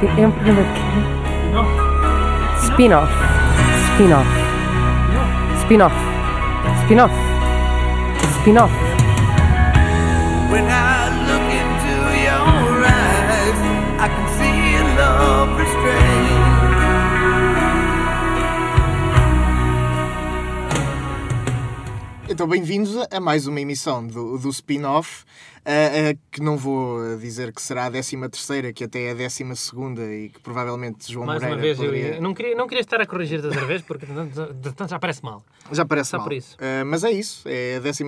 que é um programa de quê? Não. Spin-off. Spin-off. Spin-off. Spin-off. Spin-off. When I look into your eyes, I can see a love restrained. Então, bem-vindos a mais uma emissão do, do spin-off, ah, ah, que não vou dizer que será a 13, que até é a 12 e que provavelmente João Mais uma Moreira vez, eu- poderia... eu não queria, não queria estar a corrigir-te outra vez, porque de tanto- de tanto já parece mal. Já parece Só mal. por isso. Ah, mas é isso, é a 13,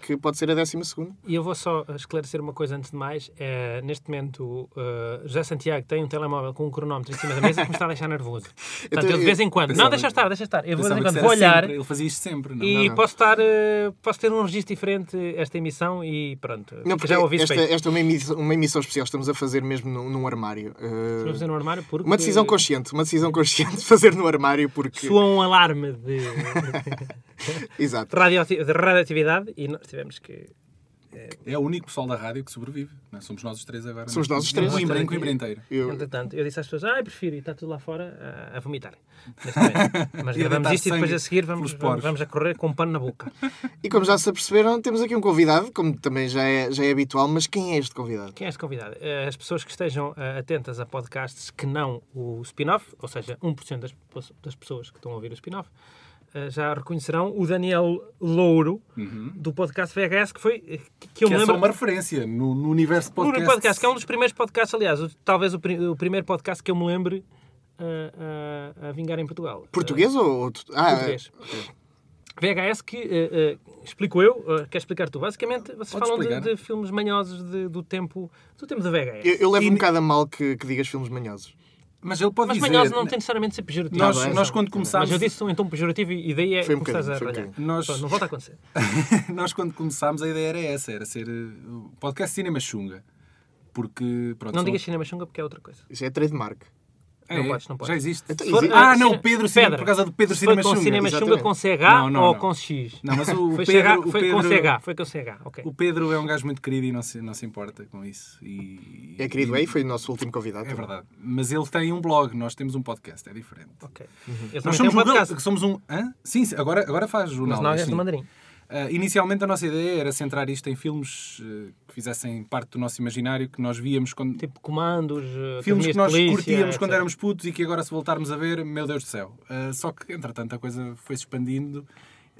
que pode ser a 12. E eu vou só esclarecer uma coisa antes de mais. É, neste momento, eh, José Santiago tem um telemóvel com um cronómetro em cima da mesa que me está a deixar nervoso. Portanto, Então, eu de vez eu em quando. Não, pensava- deixa estar, deixa estar. Eu de vez Pensava em que quando isso vou era olhar sempre, Ele fazia isto sempre. Não, e não, não. Posso, estar, eh, posso ter um registro diferente esta emissão e pronto. Não, Fica porque já ouvi esta, feito. esta é uma emissão, uma emissão especial, estamos a fazer mesmo num, num armário. Ah, Vou fazer no armário porque. Uma decisão consciente, uma decisão consciente, fazer no armário porque... Soa um alarme de, Exato. radioati- de radioatividade e nós tivemos que. É o único pessoal da rádio que sobrevive. não é? Somos nós os três agora. Somos não é? nós os três. Em Coimbra, em Coimbra inteiro. Eu- Entretanto, eu disse às pessoas, ah, eu prefiro, e está tudo lá fora a, a vomitar. neste momento." Mas E a gravamos deitar isto e depois sangue a seguir pelos vamos, poros. vamos a correr com um pano na boca. E como já se aperceberam, temos aqui um convidado, como também já é, já é habitual, mas quem é este convidado? Quem é este convidado? Eh, As pessoas que estejam eh, atentas a podcasts que não o spin-off, ou seja, 1% das, pos- das pessoas que estão a ouvir o spin-off, eh, já reconhecerão o Daniel Louro do podcast VHS, que foi. eh, que- que eu Uhum. me Que é só lembro. uma referência no, no universo Por um podcast. podcast, que é um dos primeiros podcasts, aliás, o- talvez o, pri- o primeiro podcast que eu me lembre eh, a- a vingar em Portugal. Português ou outro? Ah, português. é. VHS que, eh, eh, explico eu, eh, quero explicar tu. Basicamente, vocês Podes falam de, explicar. de filmes manhosos de- do tempo do tempo da VHS. Eu, eu levo um E- bocado a mal que, que digas filmes manhosos. Mas ele pode um- Mas dizer... né, manhosos não tem necessariamente de ser pejorativo. Nós- Tá bem, nós não. quando Tá bem. começámos- Mas eu disse um em tom pejorativo e e daí é Foi um que estás a bocadinho, foi um ralhar. bocadinho. Nós- Pronto, Não volta a acontecer. Nós, quando começámos, a ideia era essa. Era ser eh, o podcast Cinema Xunga. Porque... Pronto, Não são- digas cinema chunga porque é outra coisa. Isso é trademark. É, Não é, podes, não podes. Já existe. Então, Se for, existe. eh, Ah, não, cine- Pedro Cinema- por causa do Pedro Se foi Cinema com Xunga, cinema chunga exatamente. com CH Não, não, ou não. com X? Não, mas o foi Pedro- CH, o foi com Pedro- CH, foi com CH, ok. O Pedro é um gajo muito querido e não se, não se importa com isso. E, É querido e- aí, foi o nosso último convidado. É verdade. Mas ele tem um blog, nós temos um podcast, é diferente. Ok. Eles Nós também têm somos um um, podcast. grupo- somos um. Hã? Sim, sim, agora, agora faz o Mas Nalgas, não é sim. do mandarim. Ah, inicialmente a nossa ideia era centrar isto em filmes eh, que fizessem parte do nosso imaginário, que nós víamos quando. Tipo comandos, eh, academias filmes que de nós polícia, curtíamos quando etc. éramos putos e que agora se voltarmos a ver, meu Deus do céu. Ah, só que entretanto a coisa foi se expandindo.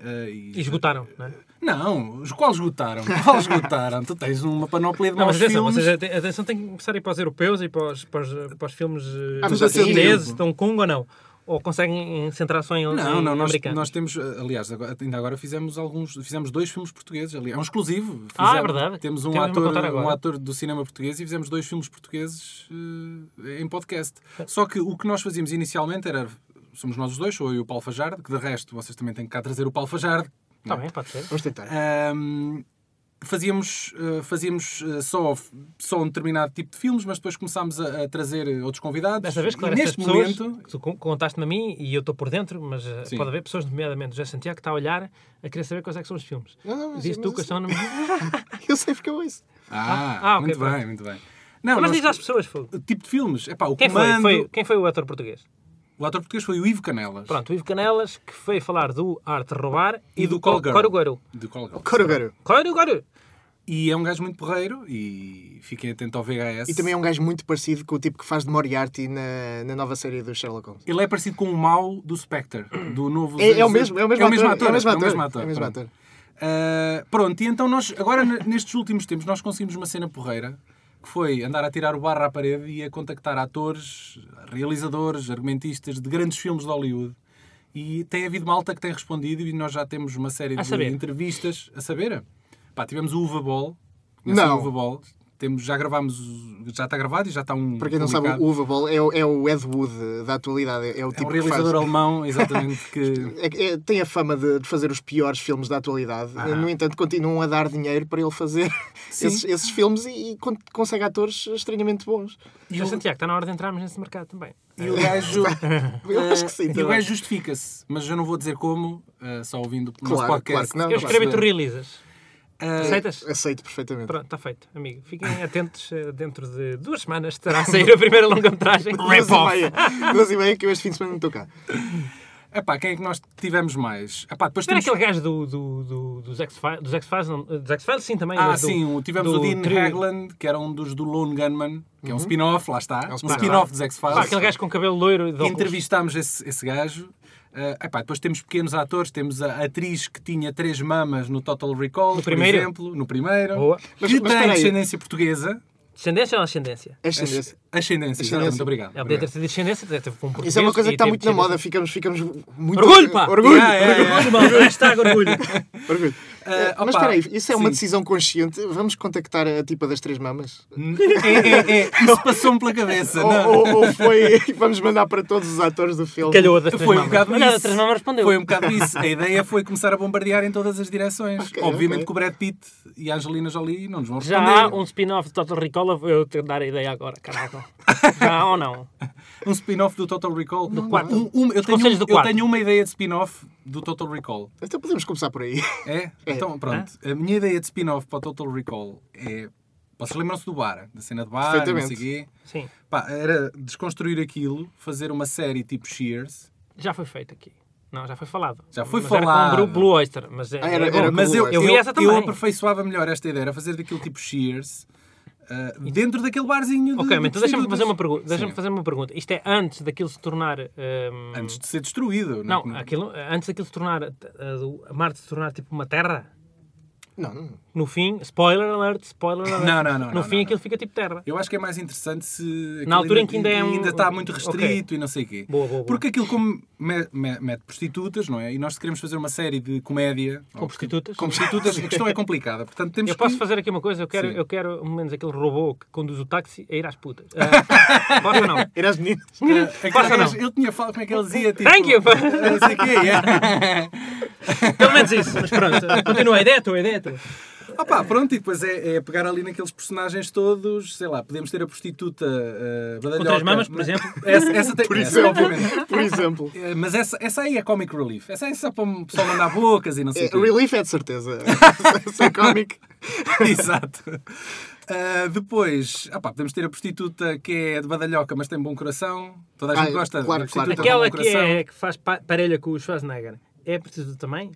ah, E esgotaram, não é? Não, os qual esgotaram? Qual esgotaram? tu tens uma panoplia de Não, mas maus atenção, filmes. vocês, ate- atenção, tem que começar a ir para os europeus e para os, para os, para os filmes eh, Ah, mas já tem chineses, tempo. estão Congo ou não? Ou conseguem centrar só em, Não, em não, nós, americanos? nós temos, eh, aliás, agora- ainda agora fizemos alguns, fizemos dois filmes portugueses, ali, é um exclusivo. Ah, Fizemos- é verdade. Temos um Temos para ator, contar agora. um ator do cinema português e fizemos dois filmes portugueses eh, em podcast. É. Só que o que nós fazíamos inicialmente era, somos nós os dois, sou eu e o Paulo Fajardo, que de resto vocês também têm que cá trazer o Paulo Fajardo. é? Está Tá bem, pode ser. Vamos tentar. Ahm, fazíamos eh, fazíamos eh, só, só um determinado tipo de filmes, mas depois começámos a, a trazer outros convidados. Desta vez, E claro, estas neste pessoas momento, que tu con- contaste-me a mim e eu estou por dentro, mas eh, Sim. pode haver pessoas, nomeadamente o José Santiago, que está a olhar a querer saber quais é que são os filmes. Não, não, mas- Diz tu mas que isso- estão no... Eu sei porque eu ouço. Ah, ah, ok, muito pronto. bem, muito bem. Não, Mas nós- diz às pessoas, fogo. o tipo de filmes. Epá, o Quem foi? Comando- foi? Quem foi o ator português? O ator português foi o Ivo Canelas. Pronto, o Ivo Canelas, que foi falar do Arte de Roubar e, E do do Cor- Call Girl. Corugoro. Do Call Girl. Corogaro. Corugoro! E é um gajo muito porreiro e fiquem atento ao VHS. E também é um gajo muito parecido com o tipo que faz de Moriarty na, na nova série do Sherlock Holmes. Ele é parecido com o mau do Spectre, do novo... É, é o mesmo, é o mesmo ator, ator. é o mesmo ator, ator, é o mesmo pronto. ator. Ah, pronto, e então nós, agora n- nestes últimos tempos, nós conseguimos uma cena porreira, que foi andar a tirar o barro à parede e a contactar atores, realizadores, argumentistas de grandes filmes de Hollywood. E tem havido malta que tem respondido e nós já temos uma série A de saber. entrevistas a saber. Pá, tivemos o Uva Ball. Não. O Uva Ball. Temos, já gravámos, o- já está gravado e já está um Para quem não sabe, publicado. o Uva Ball é, o- é o Ed Wood da atualidade. É, o é um tipo que faz... realizador alemão, exatamente, que... É- é- tem a fama de, de fazer os piores filmes da atualidade. No entanto, continuam a dar dinheiro para ele fazer Ah. Sim. esses, esses filmes e, e con- consegue atores estranhamente bons. José Santiago, está na hora de entrarmos nesse mercado também. E o gajo, Eu acho que sim, eh, e também. o gajo justifica-se, mas eu não vou dizer como, eh, só ouvindo o nosso Claro, podcast. Eh, claro que não. Eu escrevo e tu perceber. realizas. É, Aceitas? Aceito perfeitamente. Pronto, está feito, amigo. Fiquem atentos, eh, dentro de duas semanas estará a sair a primeira longa-metragem. Duas Rap e Off! meia. Duas e meia que eu este fim de semana não estou cá. Epá, quem é que nós tivemos mais? Epá, depois Era temos... aquele gajo do, do, do- dos X-Files, dos X-Files, não, dos X-Files sim também. Ah, mas do- sim, o- tivemos do o Dean trio. Hagland, que era um dos do Lone Gunman, que é um spin-off, lá está, É um um spin-off. spin-off dos Pá, X-Files. Ah, aquele gajo é com cabelo loiro. e de óculos. Entrevistámos esse, esse gajo. Ah, epá, depois temos pequenos atores, temos a atriz que tinha três mamas no Total Recall, No por primeiro? exemplo, no primeiro, Boa. Mas- que mas tem espera aí. descendência portuguesa. Descendência ou ascendência? Esta esta- Ascendência, exatamente, muito obrigado. Ele podia obrigado. ter sido descendência, deve ter um português. Isso é uma coisa que e está ter muito na moda. descendência. Ficamos, ficamos muito... Orgulho, pá! Orgulho! Yeah, yeah, yeah. Orgulho, mal, hashtag orgulho. orgulho. Eh, opa, mas espera aí, isso é uma sim. decisão consciente? Vamos contactar a tipa das três mamas? É, é, é, isso passou-me pela cabeça. Ou, não. ou- ou foi... Vamos mandar para todos os atores do filme? Calhou a das três Foi um mamas. bocado Olha, a das isso. três mamas respondeu. Foi um bocado isso. A ideia foi começar a bombardear em todas as direções. Ok, Obviamente ok. que o Brad Pitt e a Angelina Jolie não nos vão responder. Já há um spin-off de Total Recall, eu vou te dar a ideia agora, caraca. Já há ou não? um spin-off do Total Recall. Do quarto. Um, um- eu, tenho conselhos um, do eu quarto. tenho uma ideia de spin-off do Total Recall. Então podemos começar por aí. É? Então, pronto. A minha ideia de spin-off para o Total Recall é. Vocês lembram-se do bar, da cena de bar, não sei Perfeitamente. o quê. Sim, Pá, era desconstruir aquilo, fazer uma série tipo Shears. já foi feito aqui. Não, já foi falado. Já foi Mas era falado. com o Blue- Blue Oyster, mas é- Ah, era- é bom. era com Mas eu, Eu eu, vi essa eu também. aperfeiçoava melhor esta ideia, era fazer daquilo tipo Shears ah, dentro daquele barzinho de, Ok, de mas então deixa-me prostitutas. fazer uma pergunta. Deixa-me Sim. fazer uma pergunta. Isto é antes daquilo se tornar. hum, Antes de ser destruído. Não, é? aquilo, antes daquilo se tornar. eh, do- A Marte se tornar tipo uma Terra. Não, não. No fim, spoiler alert, spoiler alert. Não, não, não, No não, fim não, aquilo fica tipo Terra. Eu acho que é mais interessante se. aquilo altura em que ainda é um- Ainda está muito Ok. restrito e não sei o quê. Boa, boa, boa. Porque aquilo como me- me- mete prostitutas, não é? E nós se queremos fazer uma série de comédia. Com prostitutas. Com prostitutas, a questão é complicada. Portanto, temos Eu posso que. fazer aqui uma coisa, eu quero, Sim. eu quero ao menos aquele robô que conduz o táxi a ir às putas. Ah, posso ou não? Eras meninas? Aquela Posso ou vez não? é Eu tinha falado como é que eles iam. Tipo, Thank you! Não sei o quê. é. yeah. Pelo menos isso, mas pronto, continua, a ideia é tua, a ideia é tua. Opa, pronto, e depois é, é pegar ali naqueles personagens todos, sei lá, podemos ter a prostituta uh, badalhoca. Com três mamas, por exemplo. Essa, essa tem, Por essa, exemplo. obviamente. Por exemplo. Eh, Mas essa, essa aí é comic relief. Essa aí é só para o pessoal mandar bocas e não sei É, o quê. relief é de certeza. Ser cómico. Exato. Ah, depois, ah pá, podemos ter a prostituta que é de badalhoca, mas tem bom coração. Toda a Ah, gente gosta claro, da prostituta claro. Aquela com bom que, é, coração. que faz pa- parelha com o Schwarzenegger é preciso também?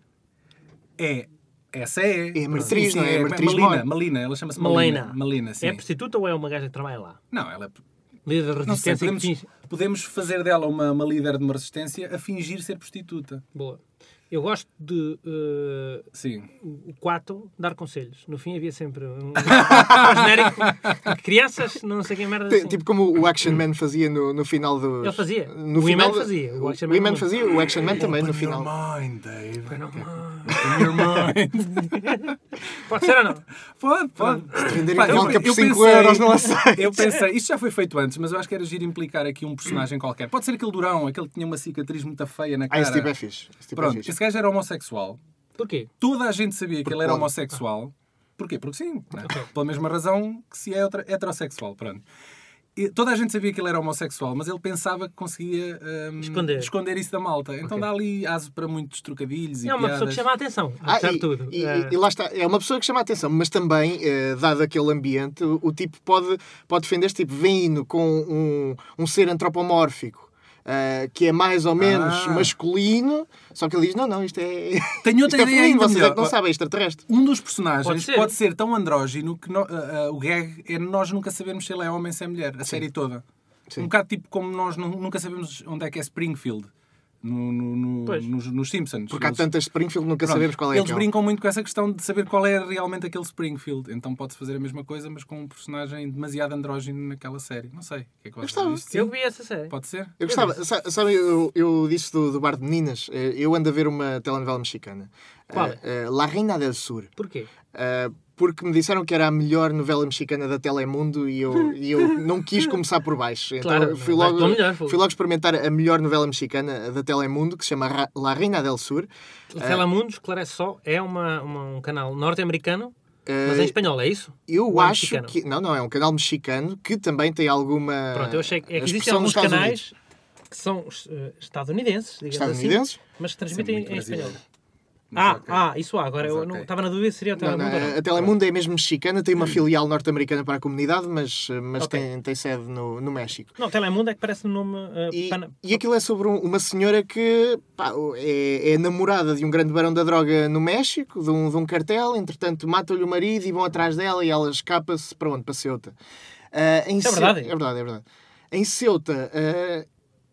É... Essa é. É matriz, Sim, sim, não é? É matriz Malina, mole. Malina, ela chama-se Malina. Malena. Malina, sim. É prostituta ou é uma gaja que trabalha lá? Não, ela é... Líder da Não resistência sei, que podemos, finge- podemos fazer dela uma, uma líder de uma resistência a fingir ser prostituta. Boa. Eu gosto de eh, Sim. o o 4 dar conselhos. No fim havia sempre um genérico. Crianças, não sei quem merda. T- assim. Tipo como o Action Man fazia no, no final do. Ele fazia. No O final He-Man da- fazia, o O Action Action Man Man não. fazia. O Action Man também no final. mind, Dave. Open your mind. Pode ser ou não? Pode, pode. Venderem Pá, eu- vodka eu por 5 pensei- euros, não aceito. Eu pensei, isto já foi feito antes, mas eu acho que era giro implicar aqui um personagem qualquer. Pode ser aquele durão, aquele que tinha uma cicatriz muito feia na Ah, cara. esse tipo é fixe. Esse tipo Pronto, é fixe. esse gajo era homossexual. Porquê? Toda a gente sabia que ele era pode. homossexual. Porquê? Porque sim. né? Pela mesma razão que se é heter- heterossexual. Pronto. E toda a gente sabia que ele era homossexual, mas ele pensava que conseguia hum, Esconder. isso da malta. Então dá ali aso para muitos trocadilhos e É uma pessoa que piadas. chama a atenção, Ah, apesar e, de tudo. e- Eh, e lá está, é uma pessoa que chama a atenção, mas também, eh, dado aquele ambiente, o, o tipo pode, pode defender este tipo, vem indo com um, um ser antropomórfico. eh, que é mais ou menos Ah. masculino, só que ele diz: não, não, isto é. Tenho isto outra é ideia feminino, ainda vocês é que não melhor. sabem, é extraterrestre. Um dos personagens Pode pode ser. ser, tão andrógino que no- ah, ah, o gag é nós nunca sabemos se ele é homem se é mulher, a série toda. Sim. Um bocado tipo como nós nu- nunca sabemos onde é que é Springfield no- no- no- Pois. nos, nos Simpsons. Porque há Eles- tantas Springfield, nunca pronto, sabemos qual é Eles aquela. brincam muito com essa questão de saber qual é realmente aquele Springfield. Então pode-se fazer a mesma coisa, mas com um personagem demasiado andrógino naquela série. Não sei. O que é que vocês gostava. dizem? Sim, Eu vi essa série. Pode ser? Eu gostava, sa- sabe, eu, eu disse do, do Bar de Meninas, eh, eu ando a ver uma telenovela mexicana. Qual é? Eh, eh, La Reina del Sur. Porquê? Eh, porque me disseram que era a melhor novela mexicana da Telemundo e eu, e eu não quis começar por baixo. Então Claro, eu fui, vai logo, pela melhor, fogo. fui logo experimentar a melhor novela mexicana da Telemundo, que se chama Ra- La Reina del Sur. Telemundo, esclarece só, é uma, uma- um canal norte-americano, mas em espanhol, é isso? Eh, Eu Ou é acho mexicano? que. Não, não, é um canal mexicano que também tem alguma. Pronto, eu achei que, é que existem expressão nos alguns Estados canais Unidos. que são eh, estadunidenses, digamos Estadunidenses? assim, mas transmitem Sim, muito em espanhol. brasileiro. Mas Ah, ok. ah, isso há. Agora Mas eu ok. não estava na dúvida se seria o Não, Telemundo não, ou não. a Telemundo é mesmo mexicana, tem uma filial norte-americana para a comunidade, mas, mas Ok. tem, tem sede no, no México. Não, Telemundo é que parece o nome. eh, Ah, E, tá pana- e aquilo é sobre um- uma senhora que pá, é, é namorada de um grande barão da droga no México, de um, de um cartel, entretanto matam-lhe o marido e vão atrás dela e ela escapa-se para onde? Para Ceuta. Ah, em Isso é Ceu- verdade? É verdade, é verdade. Em Ceuta, ah,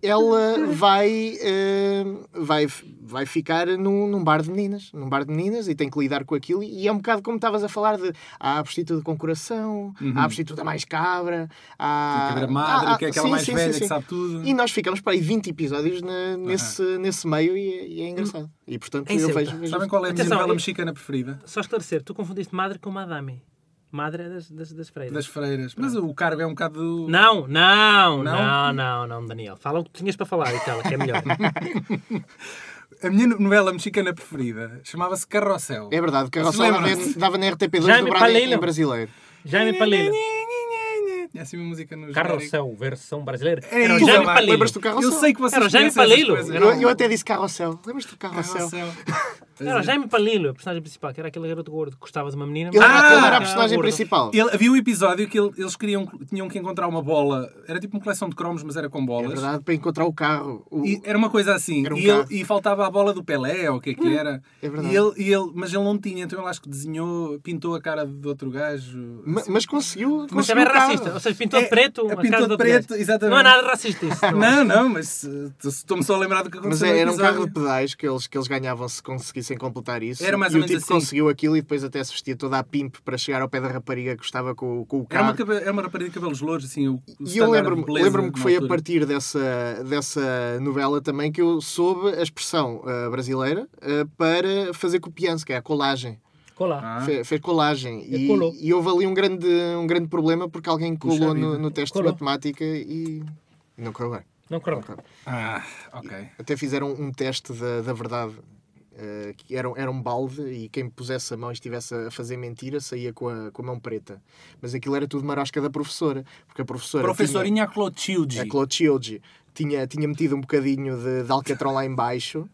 ela vai, ah, vai, vai ficar num, num bar de meninas, num bar de meninas e tem que lidar com aquilo. E é um bocado como estavas a falar de há a prostituta com coração, há a prostituta mais cabra, há... Tem que haver Tipo, a há- Uhum. madre, há- que é aquela Ah, sim, mais sim, velha sim, que sim. sabe tudo. E nós ficamos para aí 20 episódios na- nesse, nesse meio e, é- e é engraçado. E portanto Em eu Ceuta. vejo. vejo- Sabem qual é a minha Atenção, novela eu- mexicana preferida? Só esclarecer, tu confundiste madre com madame. Madre é das, das, das freiras. Das freiras. Mas o cargo é um bocado. Não, não, não, Não? não, não, Daniel. Fala o que tinhas para falar, então, que é melhor. A minha novela mexicana preferida chamava-se Carrossel. É verdade, Se Carrossel dava, lembram-se? dava na Já RTP2 me dobrada em, palilho. em brasileiro. Jaime Palilha. É assim uma música no genérico. Carrossel, versão brasileira. É Era o isso, Jaime Amar. Palilha. Lembras-te do Eu Carrossel? sei que vocês Era o Jaime conhecem essas Palilho. coisas. Era Eu, eu até disse Carrossel. Lembras-te do Carrossel? Carrossel. Era o Jaime Palilho, o personagem principal, que era aquele garoto gordo que gostava de uma menina. Ele, era, Ah, ele era a tá, personagem gordo. principal. Ele- havia um episódio que ele- eles queriam, tinham que encontrar uma bola. Era tipo uma coleção de cromos, mas era com É bolas. verdade, para encontrar o carro. O- E era uma coisa assim. Era um e, carro. ele- e faltava a bola do Pelé, ou o que é que era. É verdade. E ele, e ele- mas ele não tinha, então ele acho que desenhou, pintou a cara de outro gajo. Ma- Mas conseguiu. Mas conseguiu também o é carro. racista. Ou seja, pintou de É, preto é uma pintou casa de do preto, gajo. exatamente. Não é nada racista isso. não é? Não, não, mas eh, estou-me só a lembrar do que Mas aconteceu. no é- era um episódio. carro de pedais que eles, que eles ganhavam se conseguissem completar isso. Era mais e ou o menos tipo assim. conseguiu aquilo e depois até se vestia toda a pimp para chegar ao pé da rapariga que estava com, o- com o Era carro. uma, cabe- era uma rapariga de cabelos louros, assim. O, o E eu standard lembro-me de beleza lembro-me que na foi a altura. partir dessa, dessa novela também que eu soube a expressão ah, brasileira ah, para fazer copiança, que é a colagem. Ficou lá. Ah, Fe- fez colagem. É, E, colou. e houve ali um grande, um grande problema porque alguém Puxa colou vida. no, no teste Colou. de matemática e e não correu bem. Não correu. ah, ok. Até fizeram um teste da, da verdade. ah, que era, era um balde e quem pusesse a mão e estivesse a fazer mentira saía com a, com a mão preta. Mas aquilo era tudo marasca da professora. Porque a professora. tinha- É Professorinha Clotilde. a Clotilde tinha, tinha metido um bocadinho de, de Alcatrão lá em baixo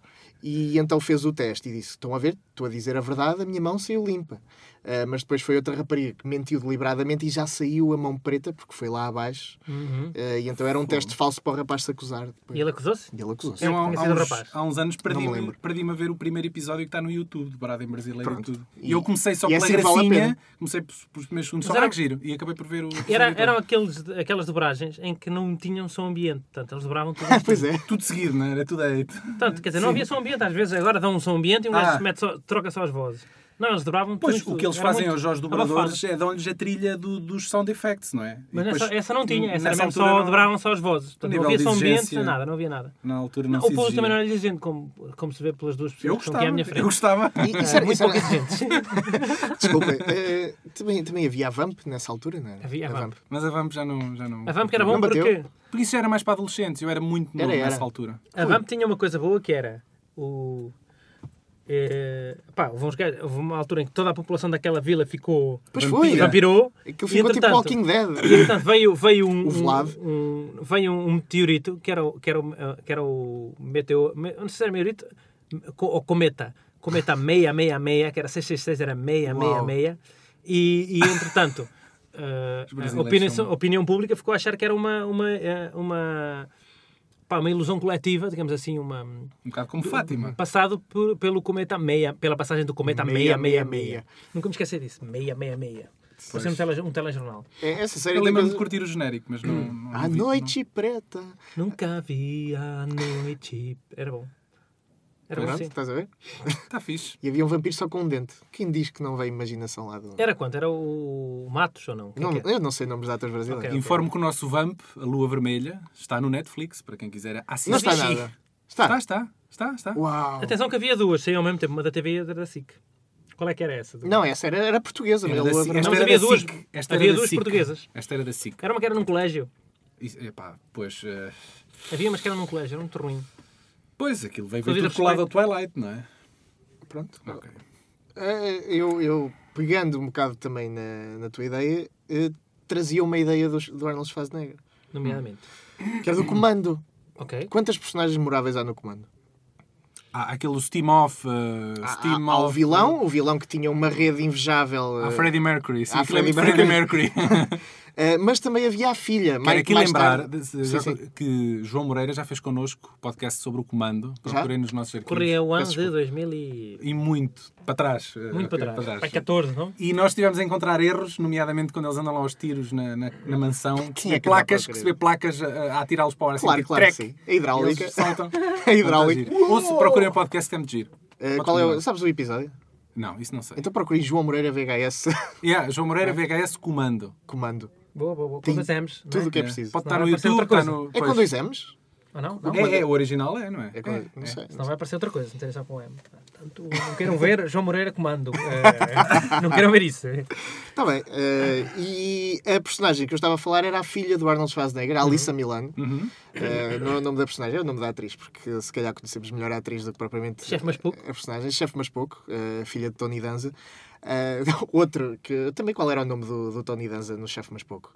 e então fez o teste e disse, estão a ver, estou a dizer a verdade, a minha mão saiu limpa. Ah, mas depois foi outra rapariga que mentiu deliberadamente e já saiu a mão preta, porque foi lá abaixo. Uhum. Ah, e então era um teste falso para o rapaz se acusar. Depois. E ele acusou-se? E ele acusou-se. Eu, É um, há, Tinha há sido uns, rapaz. há uns anos Não me perdi-me lembro. perdi a ver o primeiro episódio que está no YouTube, dobrado em brasileiro e Pronto. tudo. E E- eu comecei só e pela assim vale a gracinha, pena. comecei pelos, pelos primeiros segundos, Mas só era- para que giro, e acabei por ver o. episódio Era, todo. eram aqueles, aquelas dobragens em que não tinham som ambiente. Portanto, eles dobravam tudo. isto. Pois é. Tudo seguido, não é? Era tudo a eito. Portanto, quer dizer, não havia som ambiente. Às vezes agora dão um som ambiente e um Ah. gajo mete só- troca só as vozes. Não, eles dobravam tudo. Pois, isto. o que eles Era fazem muito aos Jorge Dobradores é dão-lhes a trilha do- dos sound effects, não é? E Mas depois, essa, essa não tinha, essa era nessa mesmo só, altura não- dobravam só as vozes. Portanto, não nível havia de som ambiente, exigência- nada, não havia nada. Na altura não é o se público exigia. também não era exigente, como, como se vê pelas duas pessoas Eu que estão aqui à gostava, minha frente. eu Ah, gostava. E, isso era, isso era- Gente, desculpa, ah, também, também havia a Vamp nessa altura, não era? Havia a Vamp. Mas a Vamp já não. Já não... a Vamp que era bom Não bateu? porque Porque isso era mais para adolescentes, eu era muito novo Era, era. nessa altura. a Vamp tinha uma coisa boa que era o. eh, pá, houve, uns gajos- houve uma altura em que toda a população daquela vila ficou. Pois foi. Vampirou. Aquilo e, ficou tipo entretanto, Walking Dead. E entretanto veio, veio um, O Vlad. um- veio um meteorito que era, o- que era, o- que era o meteoro, me- não sei se era meteorito co- ou cometa, cometa 666, que era 666, era 666, e, e entretanto eh, a brasileiros opinião, são- a opinião pública ficou a achar que era uma, uma, eh, uma, pá, uma ilusão coletiva, digamos assim, uma, Um bocado como Fátima. passado por- pelo cometa meia, pela passagem do cometa meia, Meia, meia, meia. meia, Nunca me esqueci disso, meia, meia, meia. Parecia um, tele, um telejornal. É, Essa série Eu tem lembro-me coisas... de curtir o genérico, mas não. não A vi, não. noite preta. Nunca vi a noite. Era bom. Era bom, Pronto, assim. tá. estás sim. a ver? Está Tá fixe. E havia um vampiro só com um dente. Quem diz que não veio imaginação lá do. Era quanto? Era o Matos ou não? Quem Não, que é? eu não sei nomes de atores brasileiros. Ok. Informo que o nosso Vamp, a Lua Vermelha, está no Netflix, para quem quiser assistir. Não está nada. Está, Está? está, está, está. Uau! Atenção que havia duas, saiu ao mesmo tempo, uma da TV e outra da SIC. Qual é que era essa? Não, essa era, era portuguesa, mas Era a da Lua SIC. Branca- Não, mas havia da duas- SIC. havia da duas SIC. portuguesas. Esta era da SIC. Era uma que era num colégio. Isso, epá, pois, eh, Havia umas que eram num colégio, era um muito ruim. pois, aquilo veio, Com veio tudo devido colado ao Twilight, não é? Pronto. Ok. Eh, Eu, eu, pegando um bocado também na, na tua ideia, eh, trazia uma ideia do, do Arnold Schwarzenegger, Nomeadamente. que era do comando. Ok. Quantas personagens moráveis há no comando? Há aquele Steam Off, uh, Há, Steam há o Off, vilão, o vilão que tinha uma rede invejável. Há eh, Ah, Freddie Mercury. Sim, Há aquilo é muito Freddie Freddie Mercury. eh, mas também havia a filha. mais- Quero aqui mais lembrar tarde. de- Sim, já- sim. que João Moreira já fez connosco podcast sobre o comando. Procurei nos nossos arquivos. Corria o ano Peço de desculpa. 2000 e... E muito para trás. eh, Muito para trás. Para 14, não? E nós estivemos a encontrar erros, nomeadamente quando eles andam lá aos tiros na, na, na mansão, que se Tinha vê é que andar placas, para que a se vê placas a, a atirá-los para o ar. assim, Claro, tipo, claro que trec. sim. É A hidráulica. Eles saltam. A hidráulica. Muito giro. Ou se procurem o podcast, é muito giro. Eh, Pode qual é o- continuar. sabes o episódio? Não, isso não sei. Então procurei João Moreira VHS Yeah, João É. Moreira, VHS, comando. comando. Boa, boa, boa. Com Tem dois M's. não é? Tudo o que é Yeah. preciso. Pode Não, estar no vai aparecer YouTube, outra está no... É com pois. dois M's? Ou não? Não, É, é, o original é, não é? É com- não é. sei. Senão vai aparecer outra coisa, não tem só com M. Portanto, não queiram ver João Moreira comando. Eh, não queiram ver isso. Está bem. eh, e a personagem que eu estava a falar era a filha do Arnold Schwarzenegger, a Alissa Uhum. Milano. Eh, não é o nome da personagem, é o nome da atriz, porque se calhar conhecemos melhor a atriz do que propriamente Chefe, mas pouco. a personagem. Chefe, mas pouco, eh, filha de Tony Danza. Eh, outro que. Também qual era o nome do, do Tony Danza no Chefe, mas pouco?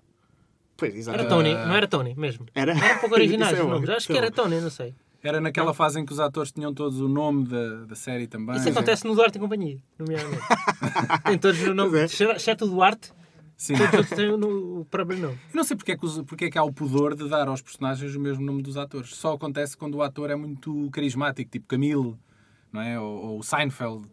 Pois, Era exatamente. Tony, não era Tony mesmo. Era? Era um pouco originais Isso é os bom. nomes. Acho que Então. era Tony, não sei. Era naquela fase em que os atores tinham todos o nome da, da série também. é Isso acontece no Duarte e Companhia, nomeadamente. Tem todos o nome, Pois exceto o Duarte, Sim. todos os outros têm o no- o próprio nome. Eu não sei porque é, que os- porque é que há o pudor de dar aos personagens o mesmo nome dos atores. Só acontece quando o ator é muito carismático, tipo Camilo, não é? Ou, ou Seinfeld.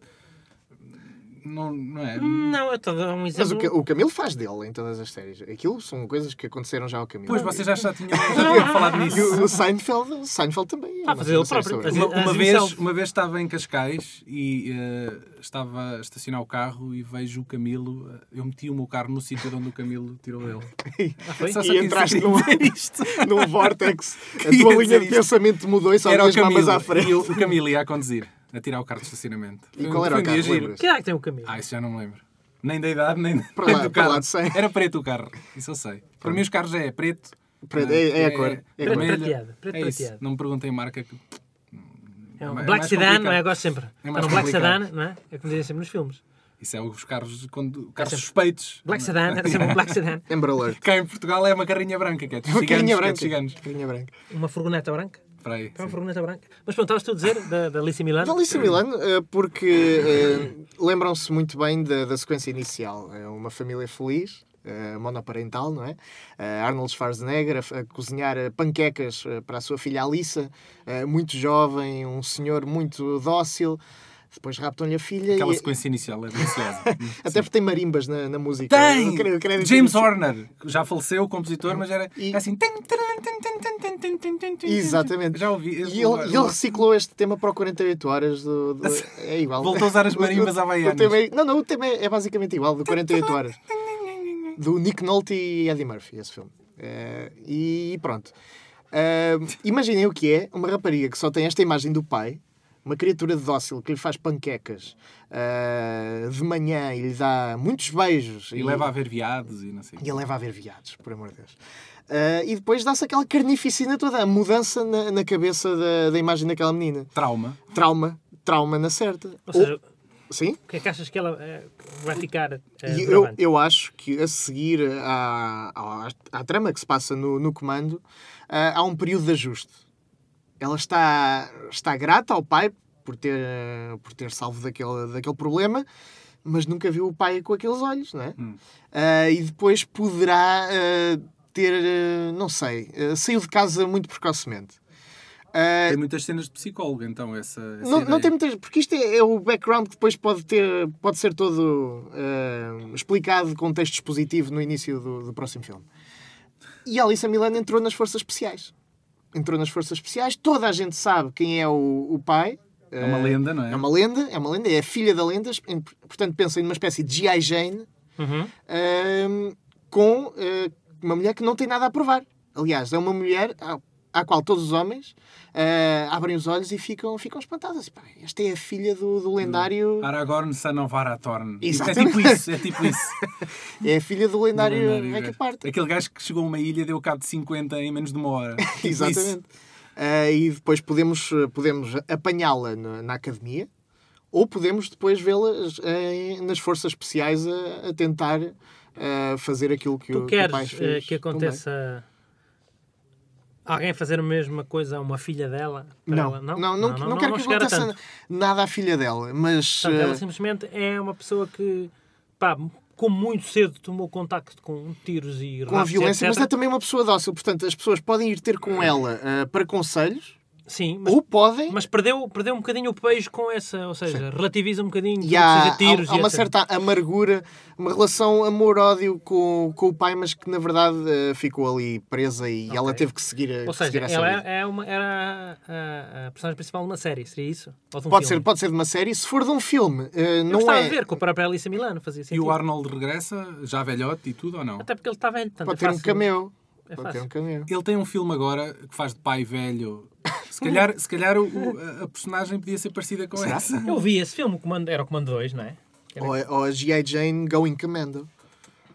Não, não é? Não, eu estou a dar um Mas o, exemplo. Ca- o Camilo faz dele em todas as séries. Aquilo são coisas que aconteceram já ao Camilo. Pois, vocês já, já tinham, já tinham falado E nisso. o o Seinfeld, o Seinfeld também. Ah, é uma- fazer ele uma série próprio. sobre- Mas- Uma, As- uma as vez, himself. uma vez estava em Cascais e eh, estava a estacionar o carro e vejo o Camilo. eh, Eu meti o meu carro no sítio de onde o Camilo tirou ele. foi? Só E só quis entraste dizer num- isto. num vórtex. A Ia tua dizer linha de isto. pensamento mudou e só Era o vias mamas Camilo. à frente. E o, o Camilo ia a conduzir, a tirar o carro do estacionamento. E Foi qual um- era foi o um dia carro? giro. Lembras? Que idade tem o Camilo? Ah, isso já não me lembro. Nem da idade, nem Para nem lá- do para carro. lá de cem. Era preto o carro, isso eu sei. Para mim os carros já é preto. Preto, não é- é a cor, é a cor. vermelho. Preto prateado, preto é isso. prateado. Não me perguntem marca. que- É um É Black mais Sedan, complicado. não é? Eu gosto sempre. É mais um Black complicado. Sedan, não é? É como dizem sempre nos filmes. Isso é os carros, quando, carros sempre- suspeitos. Black Sedan, era sempre um Black Sedan. Amber Alert. Cá em Portugal é uma carrinha branca, que é dos Uma ciganos. carinha que é branca. Então dos ciganos. Carinha branca. Uma furgoneta branca. Espera aí, É uma sim. furgoneta branca. Mas pronto, estavas tu a dizer da, da Alice Milano. Da Alice Milano, eh, porque eh, lembram-se muito bem da, da sequência inicial. É uma família feliz, eh, monoparental, não é? Eh, Arnold Schwarzenegger a, f- a cozinhar eh, panquecas eh, para a sua filha Alissa, eh, muito jovem, um senhor muito dócil. Depois raptam-lhe a filha Aquela e, sequência inicial é deliciosa. Até porque tem marimbas na, na música. Eu quero- eu quero- Tem! James Horner, que já faleceu, o compositor, mas era E- era assim. tan, taran, tan, tan, tan, tan, tan, tan, tan, tan. Exatamente. Já ouvi. um E esse ele, lugar- e ele reciclou este tema para o 48 horas. Do, do- é igual. Voltou a usar as O- o- marimbas o havaianas. tema é- não, não, o tema é, é basicamente igual, do 48 horas. Do Nick Nolte e Eddie Murphy, esse filme. Eh, e pronto. Eh, imaginem o que é uma rapariga que só tem esta imagem do pai, uma criatura dócil que lhe faz panquecas eh, de manhã e lhe dá muitos beijos. E leva a ver viados e não sei. o quê. E ele leva a ver viados, por amor de Deus. Ah, e depois dá-se aquela carnificina toda, a mudança na, na cabeça da, da imagem daquela menina. Trauma. Trauma, trauma na certa. Ou seja, Ou- sim? o que é que achas que ela eh, vai ficar eh, E eu, bravante? eu acho que a seguir à, à, à trama que se passa no, no comando, ah, há um período de ajuste. Ela está, está grata ao pai por ter, ah, por ter salvo daquele, daquele problema, mas nunca viu o pai com aqueles olhos, não é? Ah, e depois poderá ah, ter, ah, não sei, ah, saiu de casa muito precocemente. Ah, Tem muitas cenas de psicólogo, então, essa. essa não, ideia. não tem muitas, porque isto é, é o background que depois pode ter, pode ser todo eh, explicado com texto expositivo no início do, do próximo filme. E a Alissa Milano entrou nas forças especiais. Entrou nas forças especiais, toda a gente sabe quem é o, o pai. É uma lenda, não é? É uma lenda, é uma lenda, é a filha da lenda, em- portanto pensem numa espécie de G.I. Jane Uhum. ehm, com eh, uma mulher que não tem nada a provar. Aliás, é uma mulher à, à qual todos os homens eh, abrem os olhos e ficam, ficam espantados. Pá, esta é a filha do, do lendário. Aragorn Sanovar Thorn. É Exatamente. tipo isso, é tipo isso. É a filha do Do lendário lendário, Rick gajo. Party. Aquele gajo que chegou a uma ilha, deu cabo de 50 em menos de uma hora. Tipo isso. Exatamente. Eh, e depois podemos, podemos apanhá-la na, na academia ou podemos depois vê-las eh, em- nas forças especiais a, a tentar eh, fazer aquilo que o Tu que o pai queres eh, fez que também. aconteça Alguém fazer a mesma coisa a uma filha dela? para Não, ela? não, não, não, quero que chegar a aconteça tanto. Então, nada à filha dela, mas. Portanto, ela eh, simplesmente é uma pessoa que, pá, como muito cedo tomou contacto com tiros e com a raptos, violência, etc. mas é também uma pessoa dócil. Portanto, as pessoas podem ir ter com ela ah, para conselhos Sim, mas, ou podem. mas perdeu, perdeu um bocadinho o peixe com essa, ou seja, relativiza um bocadinho tudo e que há, seja tiros há- há e uma etc. certa amargura, uma relação amor-ódio com, com o pai, mas que na verdade ah, ficou ali presa e ela teve que seguir, a- Ou seja, seguir essa ela vida. é, é uma, era a, a- a personagem principal de uma série, seria isso? Ou de um Pode filme? ser, pode ser de uma série. Se for de um filme, ah, Eu não gostava é. de ver com a própria Alissa Milano, fazia E sentido. o Arnold regressa, já velhote e tudo ou não? Até porque ele está velho, portanto, Pode é ter um fácil. cameo. É Pode ter fácil. um cameo. Ele tem um filme agora que faz de pai velho. Se calhar, se calhar o- o- a- a personagem podia ser parecida com essa. Eu vi esse filme, o Comando- era o Comando 2, não é? Ou, ou a G.I. Jane Going Commando.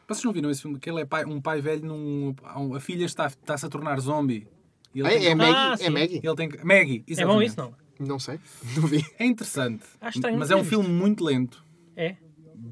Vocês não viram esse filme? Que ele é pai- um pai velho num. um, A filha está- está-se a tornar zombie. E ele É, tem- é Maggie? um- Ah, sim. é Maggie? Ele tem que- Maggie, É bom exatamente. isso, não? Não sei. Não vi. É interessante. Acho estranho, mas é não um vi. filme muito lento. É?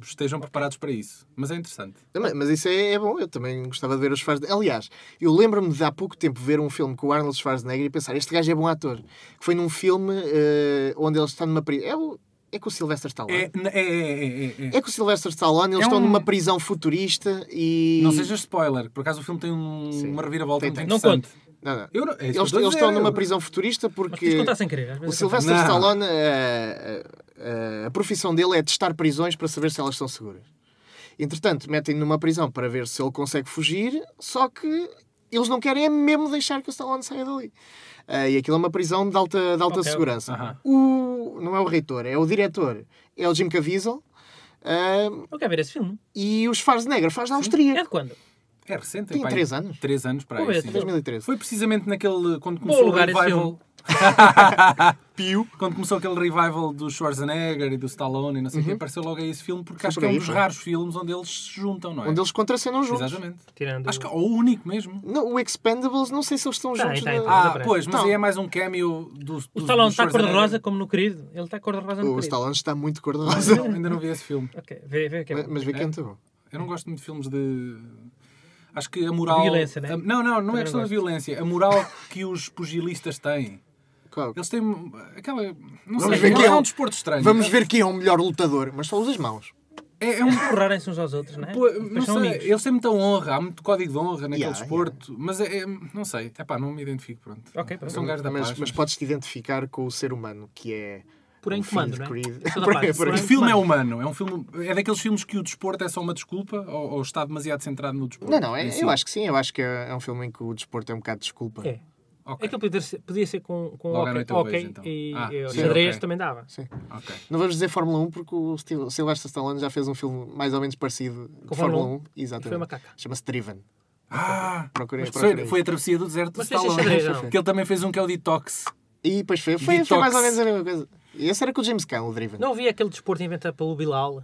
Estejam preparados para isso. Mas é interessante. Também, mas isso é, é bom, eu também gostava de ver os Schwarzenegger. Aliás, eu lembro-me de há pouco tempo ver um filme com o Arnold Schwarzenegger e pensar, este gajo é bom ator. Que foi num filme eh, onde ele está numa prisão. É, o- é com o Sylvester É, Stallone. é, é, é, é, é. É, com o Sylvester Stallone, eles É estão um- numa prisão futurista e. Não seja spoiler, por acaso o filme tem um- Sim. uma reviravolta Tem, muito tem. Não interessante. Não, não. Eu não- é isso que eu Eles, tô a eles estão dizer. numa prisão futurista Mas porque. tens de contar sem querer. às O vezes acontece. Sylvester Não. Stallone, eh, eh, a profissão dele é testar prisões para saber se elas são seguras. Entretanto, metem-no numa prisão para ver se ele consegue fugir, só que eles não querem é mesmo deixar que o Stallone saia dali. Ah, e aquilo é uma prisão de alta, de alta Ok. segurança. O, não é o reitor, é o diretor. É o Jim Caviezel. ah, Eu quero ver esse filme. e o Schwarzenegger faz na É Áustria. de quando? É recente, Tem pá, três anos. Três anos para Vou ver aí. esse sim. filme. 2013. Foi precisamente naquele. Quando Bom começou lugar o esse revival. filme. Pio. Quando começou aquele revival do Schwarzenegger e do Stallone e não Uhum. sei o quê, apareceu logo aí esse filme, porque acho por que é um aí, dos foi. raros filmes onde eles se juntam, não é? Onde eles contracenam juntos. Exatamente. Tirando... Acho que é o único mesmo. Não, o Expendables, não sei se eles estão Tá, juntos. tá, na- tá. Ah, aparece. pois, mas Então. aí é mais um cameo do. do O Stallone do está Schwarzenegger. cor-de-rosa como no querido. Ele está cor-de-rosa no O querido. Stallone está muito cor-de-rosa. Não, ainda não vi esse filme. Ok, vê, vê o que é. Mas- Mas vê que é muito bom. Eu não gosto muito de filmes de. Acho que a moral. Violência, né? a- Não, não, não Também é questão não da gosto. violência. A moral que os pugilistas têm. Qual- Eles têm aquela. Não Vamos sei, ver quem é é um o- desporto estranho. Vamos ver quem é o melhor lutador, mas só usa as mãos. É, é um. Empurrarem-se uns aos outros, não é? Pô, Depois não são sei, amigos. eles têm muita honra, há muito código de honra naquele Yeah, desporto, mas é, é- não sei, é pá, não me identifico, pronto. Ok, eu pronto. sou um gajo da mas, paz. mas podes-te identificar com o ser humano, que é. um Porém, o filho comando, de não é? Creed. Eu sou da Por- paz. por- O Porém, filme é comando. humano, é um filme, é daqueles filmes que o desporto é só uma desculpa ou, ou está demasiado centrado no desporto? Não, não, é- em si? eu acho que sim, eu acho que é é um filme em que o desporto é um bocado desculpa. É. Ok, Aquilo podia ser, podia ser com, com Logo à hockey, noite eu vejo, hockey então. e Ah, e sim, xadrez ok. também dava. Sim. ok. Não vamos dizer Fórmula 1 porque o Sil- Sylvester Stallone já fez um filme mais ou menos parecido Com de Fórmula 1. Fórmula 1? Exatamente. Foi uma caca. Chama-se Driven. Ah, Procurem, mas procurem. foi, foi a travessia do deserto de Mas fez Stallone, xadrez, não? que ele também fez um que é o Detox. E depois foi, foi, foi Detox. mais ou menos a mesma coisa. E esse era com o James Caan, o Driven. Não vi aquele desporto inventado pelo Bilal.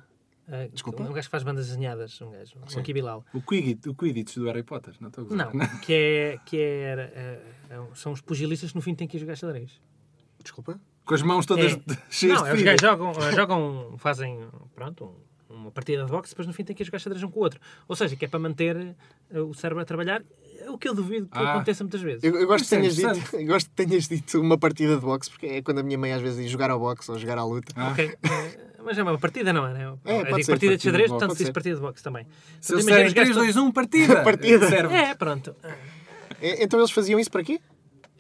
eh, Desculpa? Um gajo que faz bandas desenhadas, um gajo. Um aqui Bilal. O Quidditch, o Quidditch do Harry Potter, não estou a gozar. Não, que é. Que é, eh, eh, são os pugilistas que no fim têm que ir jogar xadrez. Desculpa. Com as mãos todas É. cheias não, de os fibra. gajos jogam, eh, jogam, fazem pronto, um- uma partida de boxe, depois no fim têm que ir jogar xadrez um com o outro. Ou seja, que é para manter eh, o cérebro a trabalhar, eh, o que eu duvido que Ah. aconteça muitas vezes. Eu, eu gosto que Isso é tenhas dito, interessante. eu gosto que tenhas dito uma partida de boxe, porque é quando a minha mãe às vezes diz jogar ao boxe ou jogar à luta. Ah. Ok, eh, Mas é uma partida, não é? Não É, pode digo ser, partida partida de de xadrez, boxe, portanto, pode se diz ser. partida de boxe também. Se Portanto, eles imagina disserem os gajos 3, um, 2, 1, partida! Partida. Serve. todos- É, pronto. É, Então eles faziam isso para quê?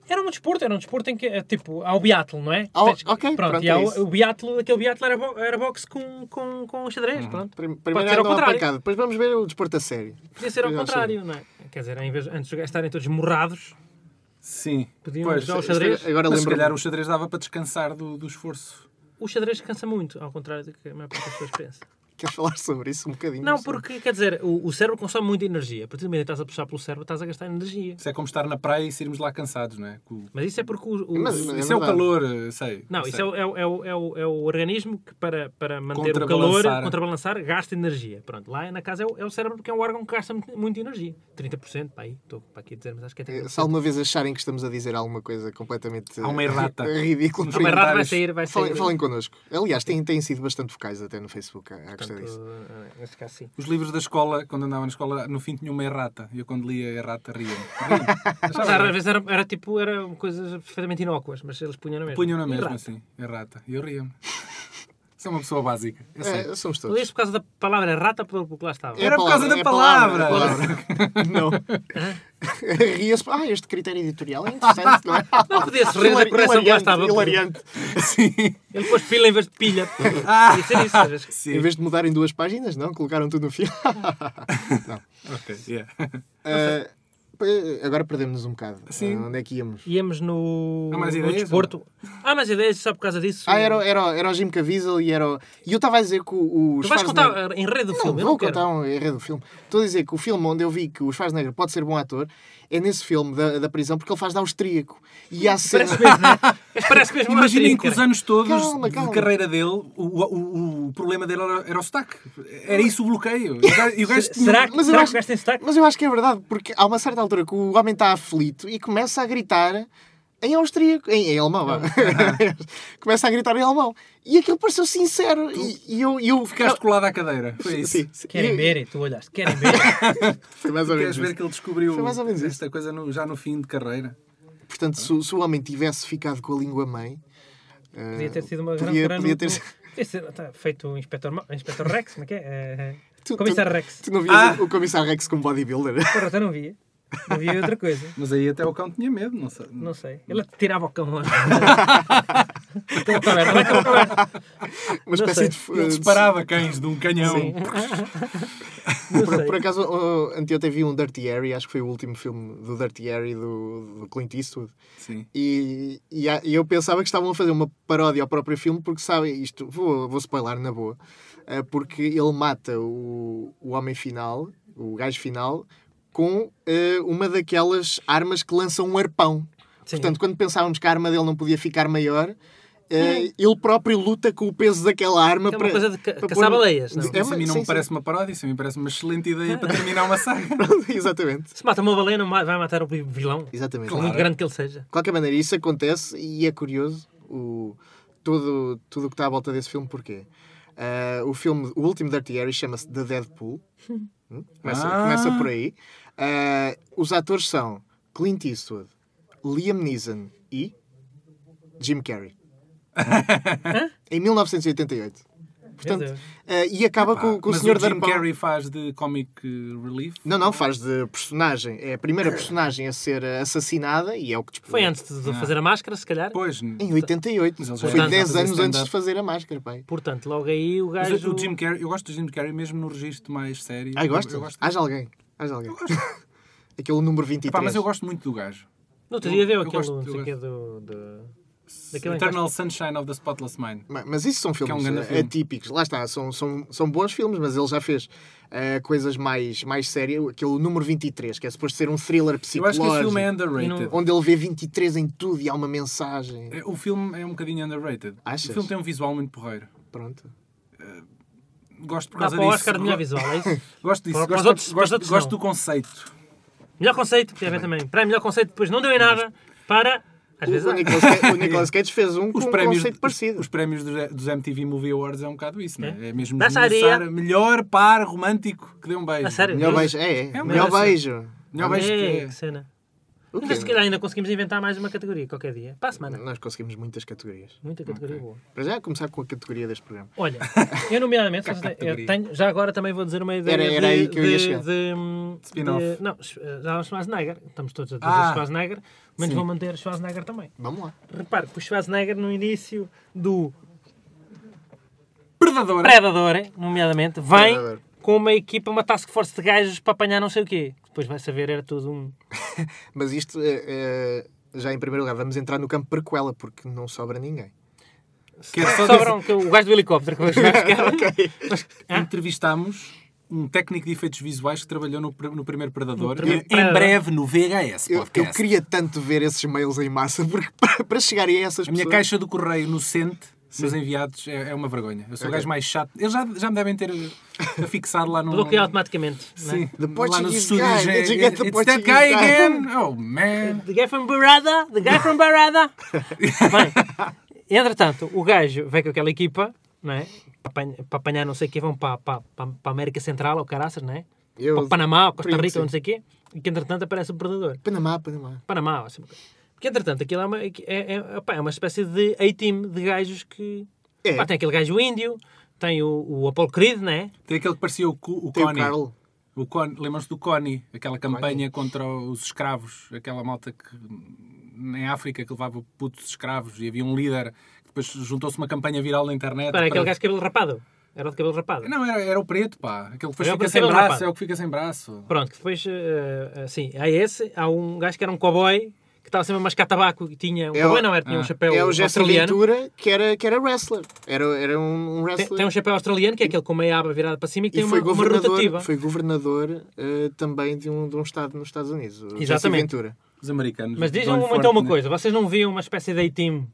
Era um desporto, era um desporto em que, eh, tipo, há o biatlo, não é? Ah, Tens- ok, pronto, e há é o, isso. o biatlo, aquele biatlo era, bo era boxe com, com, com xadrez, Uhum, pronto. Prim- Pode Primeiro ser ao andam à contrário. pancada, depois vamos ver o desporto a sério. Podia ser ao Podia ser. contrário, não é? Quer dizer, em vez, antes de estarem todos morrados, Sim. podiam Pois, é jogar o xadrez. Agora Mas se lembro-me- calhar o xadrez dava para descansar do, do esforço. O xadrez cansa muito, ao contrário do que a maior parte das pessoas pensa. Queres falar sobre isso um bocadinho? Não, porque, quer dizer, o, o cérebro consome muita energia. A partir do momento que estás a puxar pelo cérebro, estás a gastar energia. Isso é como estar na praia e sairmos lá cansados, não é? Com- Mas isso é porque o... o- Mas- mas- É isso é o verdade. calor, eu sei. Não, eu isso sei. é, o- é, o- é, o- é, o, é o organismo que para, para manter o calor, Contrabalançar. contrabalançar, gasta energia. Pronto, lá na casa é o, é o cérebro que é um órgão que gasta muito- muita energia. 30%, pá, aí, estou para aqui a dizer, mas acho que é Eh, 30%. Se alguma vez acharem que estamos a dizer alguma coisa completamente eh, Há uma errata. ridícula, Há Não, mas errado vai comentários. sair, vai sair. falem, falem connosco. Aliás, têm, têm sido bastante vocais até no Facebook. Há, há gosta disso. eh, Neste caso, sim. Os livros da escola, quando andava na escola, no fim tinha uma errata. E eu quando lia a errata ria. Ria. Mas, às vezes era, era tipo, eram coisas perfeitamente inócuas, mas eles punham na mesma. Punham na mesma, Errado. assim, errata. E eu ria-me. Sou uma pessoa básica. eu sei. É, somos Tu todos. leste por causa da palavra rata, porque lá estava. Era por causa da é palavra. é palavra. Não. Ria-se. Ah, este critério editorial é interessante, não é? Não podia-se rir da correção que lá estava. hilariante. Sim. Ele pôs pila em vez de pilha. Ah. Podia ser isso, às vezes. Sim. Em vez de mudarem duas páginas, não, colocaram tudo no fim. Não. Ok, yeah. Ah, p- agora perdemos-nos um bocado. Sim. Ah, onde é que íamos? Íamos no, Há mais no ideias, desporto. Há mais ideias só por causa disso. Ah, era, o- era, o- era o Jim Caviezel e era o... E eu estava a dizer que o, o Tu vais Schwarzenegger- contar em rede do Não, filme, eu vou não quero. contar um erro do filme. Estou a dizer que o filme onde eu vi que o Schwarzenegger pode ser bom ator é nesse filme da, da prisão, porque ele faz de austríaco. E há cena... Parece mesmo, né? Parece mesmo uma Imaginem atriz, que os cara. anos todos Calma, de calma. carreira dele, o, o, o problema dele era, era o sotaque. Era isso o bloqueio. E o gajo- E o gajo tinha- Será que, Mas eu será que acho- o gajo tem sotaque? Mas eu acho que é verdade, porque há uma certa altura que o homem está aflito e começa a gritar em austríaco, em, em alemão, vá. começa a gritar em alemão. E aquilo pareceu sincero. E, e eu, e eu Ficaste colado à cadeira. Foi isso. Sim, sim. Querem E- ver, e tu olhaste, querem ver. Foi mais ou menos Queres ver isso. que ele descobriu Foi mais ou menos isso. esta coisa no- já no fim de carreira? Portanto, se, o- se o homem tivesse ficado com a língua mãe, eh, Podia ter sido uma Podia- grande. tá, podia ter- feito o Inspector, Ma- Inspector Rex, como é que é? Eh, Tu- Comissário tu- Rex. tu não vias Ah! o- o Comissário Rex como bodybuilder? Porra, até não via. Não via outra coisa. Mas aí até o cão tinha medo, não sei. Não sei. Ele tirava o cão. Aquela caverna, naquela caverna. Uma Não espécie sei. de. eh, Ele de- disparava cães de um canhão. Não Por, por sei. acaso, oh, anteontem vi um Dirty Harry, acho que foi o último filme do Dirty Harry do, do Clint Eastwood. Sim. E, e a- e eu pensava que estavam a fazer uma paródia ao próprio filme, porque sabe isto, vou, vou spoiler na boa, eh, porque ele mata o, o homem final, o gajo final, com eh, uma daquelas armas que lançam um arpão. Sim. Portanto, quando pensávamos que a arma dele não podia ficar maior, eh, ele próprio luta com o peso daquela arma É uma para. coisa de ca- para pôr- um caçar-baleias, não? é? Isso a mim não sim, sim. me parece uma paródia, isso a mim parece uma excelente ideia para terminar uma saga. Exatamente. Se mata uma baleia, não ma- vai matar o vilão. Exatamente. Por Muito grande que ele seja. De qualquer maneira, isso acontece e é curioso o, todo, tudo o que está à volta desse filme, porquê? Ah, o filme, o último Dirty Harry chama-se The Deadpool. Hum? Começa, Ah. começa por aí. Ah, os atores são Clint Eastwood, Liam Neeson e Jim Carrey. em 1988. Portanto, Deus. ah, e acaba com, com o Mas Senhor o Jim Darpão. Carrey faz de comic eh, relief. Não, não, faz de personagem. É a primeira personagem a ser assassinada e é o que Foi antes de de fazer a máscara, se calhar. Pois, Em 88. Mas ele já Foi era 10 fazer anos stand-up. antes de fazer a máscara, pai. Portanto, logo aí o mas gajo. o Jim Carrey, eu gosto do Jim Carrey mesmo no registro mais sério. Ai, gosto. Ah, Eu gosto. Haja alguém. Haja alguém. Aquele número 23. Pá, mas eu gosto muito do gajo. No outro dia deu Eu aquele. gosto, Não eu sei o quê do. do- Daquele Eternal Sunshine of the Spotless Mind. Ma- Mas isso são é um filmes grande eh, filme. atípicos. Lá está, são, são, são bons filmes, mas ele já fez eh, coisas mais, mais sérias. Aquele número 23, que é suposto ser um thriller Eu psicológico. acho que esse filme é E underrated. Onde ele vê 23 em tudo e há uma mensagem. É, O filme é um bocadinho underrated. Achas? O filme tem um visual muito porreiro. Pronto. Gosto por Dá causa para o disso. Oscar de melhor Go- visual, é isso? Gosto disso. Para- para os Gosto, outros- para os gosto- outros gosto não. do conceito. Melhor conceito, podia haver também. Para melhor conceito, depois não deu em nada. Para. Às O, vezes. ah, o Nicolas Ca- o Nicolas Cage fez um com Os um prémios, conceito parecido. Os, os prémios dos, dos MTV Movie Awards é um bocado isso, não é? É. É mesmo Dá-se a areia. lançar a melhor par romântico que dê um beijo. A sério? Melhor beijo. É, é. É uma Melhor graça. beijo. Melhor beijo que Ei, é. que cena. O quê? Mas se calhar ainda conseguimos inventar mais uma categoria qualquer dia. Para a Uhum. semana. Nós conseguimos muitas categorias. Muita categoria boa. Para já começar com a categoria deste programa. Olha, eu nomeadamente, vocês têm- eu é Categoria. tenho, já agora também vou dizer uma ideia Era- era de, aí que eu ia de- chegar. de- hum, Spin-off. de- não, Sch- já o Schwarzenegger, estamos todos a dizer Ah, Schwarzenegger, mas sim. vou manter Schwarzenegger também. Vamos lá. Repare que o Schwarzenegger no início do Predador. Predador, eh, nomeadamente, vem Predador. com uma equipa, uma task force de gajos para apanhar não sei o quê. Depois vai saber, era tudo um... Mas isto, eh, eh, já em primeiro lugar, vamos entrar no campo percuela, porque não sobra ninguém. Quero é só dizer- Sobram um que o gajo do helicóptero que eu jogar, entrevistámos um técnico de efeitos visuais que trabalhou no, pr- no primeiro Predador. No E primeiro Predador. no VHS Eu, eu queria tanto ver esses mails em massa, porque para, para chegarem a essas A minha pessoas... caixa do correio no Sente, nos enviados, é, é uma vergonha. Eu sou o gajo mais chato. Eles já, já me devem ter afixado lá no... bloqueia automaticamente. não é? Sim, The lá nos Portuguese estúdios. guy, é- did you get the It's that Portuguese guy guy? again! Oh, man! The guy from Barada, the guy from Barada. Bem, entretanto, o gajo vem com aquela equipa, não é? apanhar, para apanhar não sei o quê, vão para, para, para para a América Central ou caraças, não é? Eu- para Panamá ou Costa Primo, Rica ou não sim. sei o quê, e que entretanto aparece o predador. Panamá, Panamá. Panamá, ou assim uma coisa. Porque entretanto aquilo é uma, é, é, opá, é uma espécie de A-team de gajos que. É. Pá, tem aquele gajo índio, tem o, o Apollo Creed, não é? Tem aquele que parecia o, Cu- o Tem o Connie. Carl. O Con- Lembram-se do Connie, aquela campanha contra os escravos, aquela malta que em África que levava putos escravos e havia um líder que depois juntou-se uma campanha viral na internet. Para aquele gajo de cabelo rapado. Era o de cabelo rapado. Não, era, era o preto, pá. Aquele que depois Era o fica preto sem cabelo braço, rapado. é o que fica sem braço. Pronto, que depois, assim, há esse, há um gajo que era um cowboy, que estava sempre a mascar tabaco, e tinha um É o- cowboy, não era, tinha um ah. chapéu é o Jesse australiano. Ventura, que era, que era wrestler. Era, era um, um Tem, wrestler. tem um chapéu australiano, que é aquele com meia aba virada para cima e que e tem uma, foi uma rotativa. governador, foi governador eh, também de um, de um estado nos Estados Unidos. o Jesse Exatamente. Ventura. Os americanos. Mas dizem dão-lhe me forte, então uma né? coisa, vocês não viam uma espécie de A-team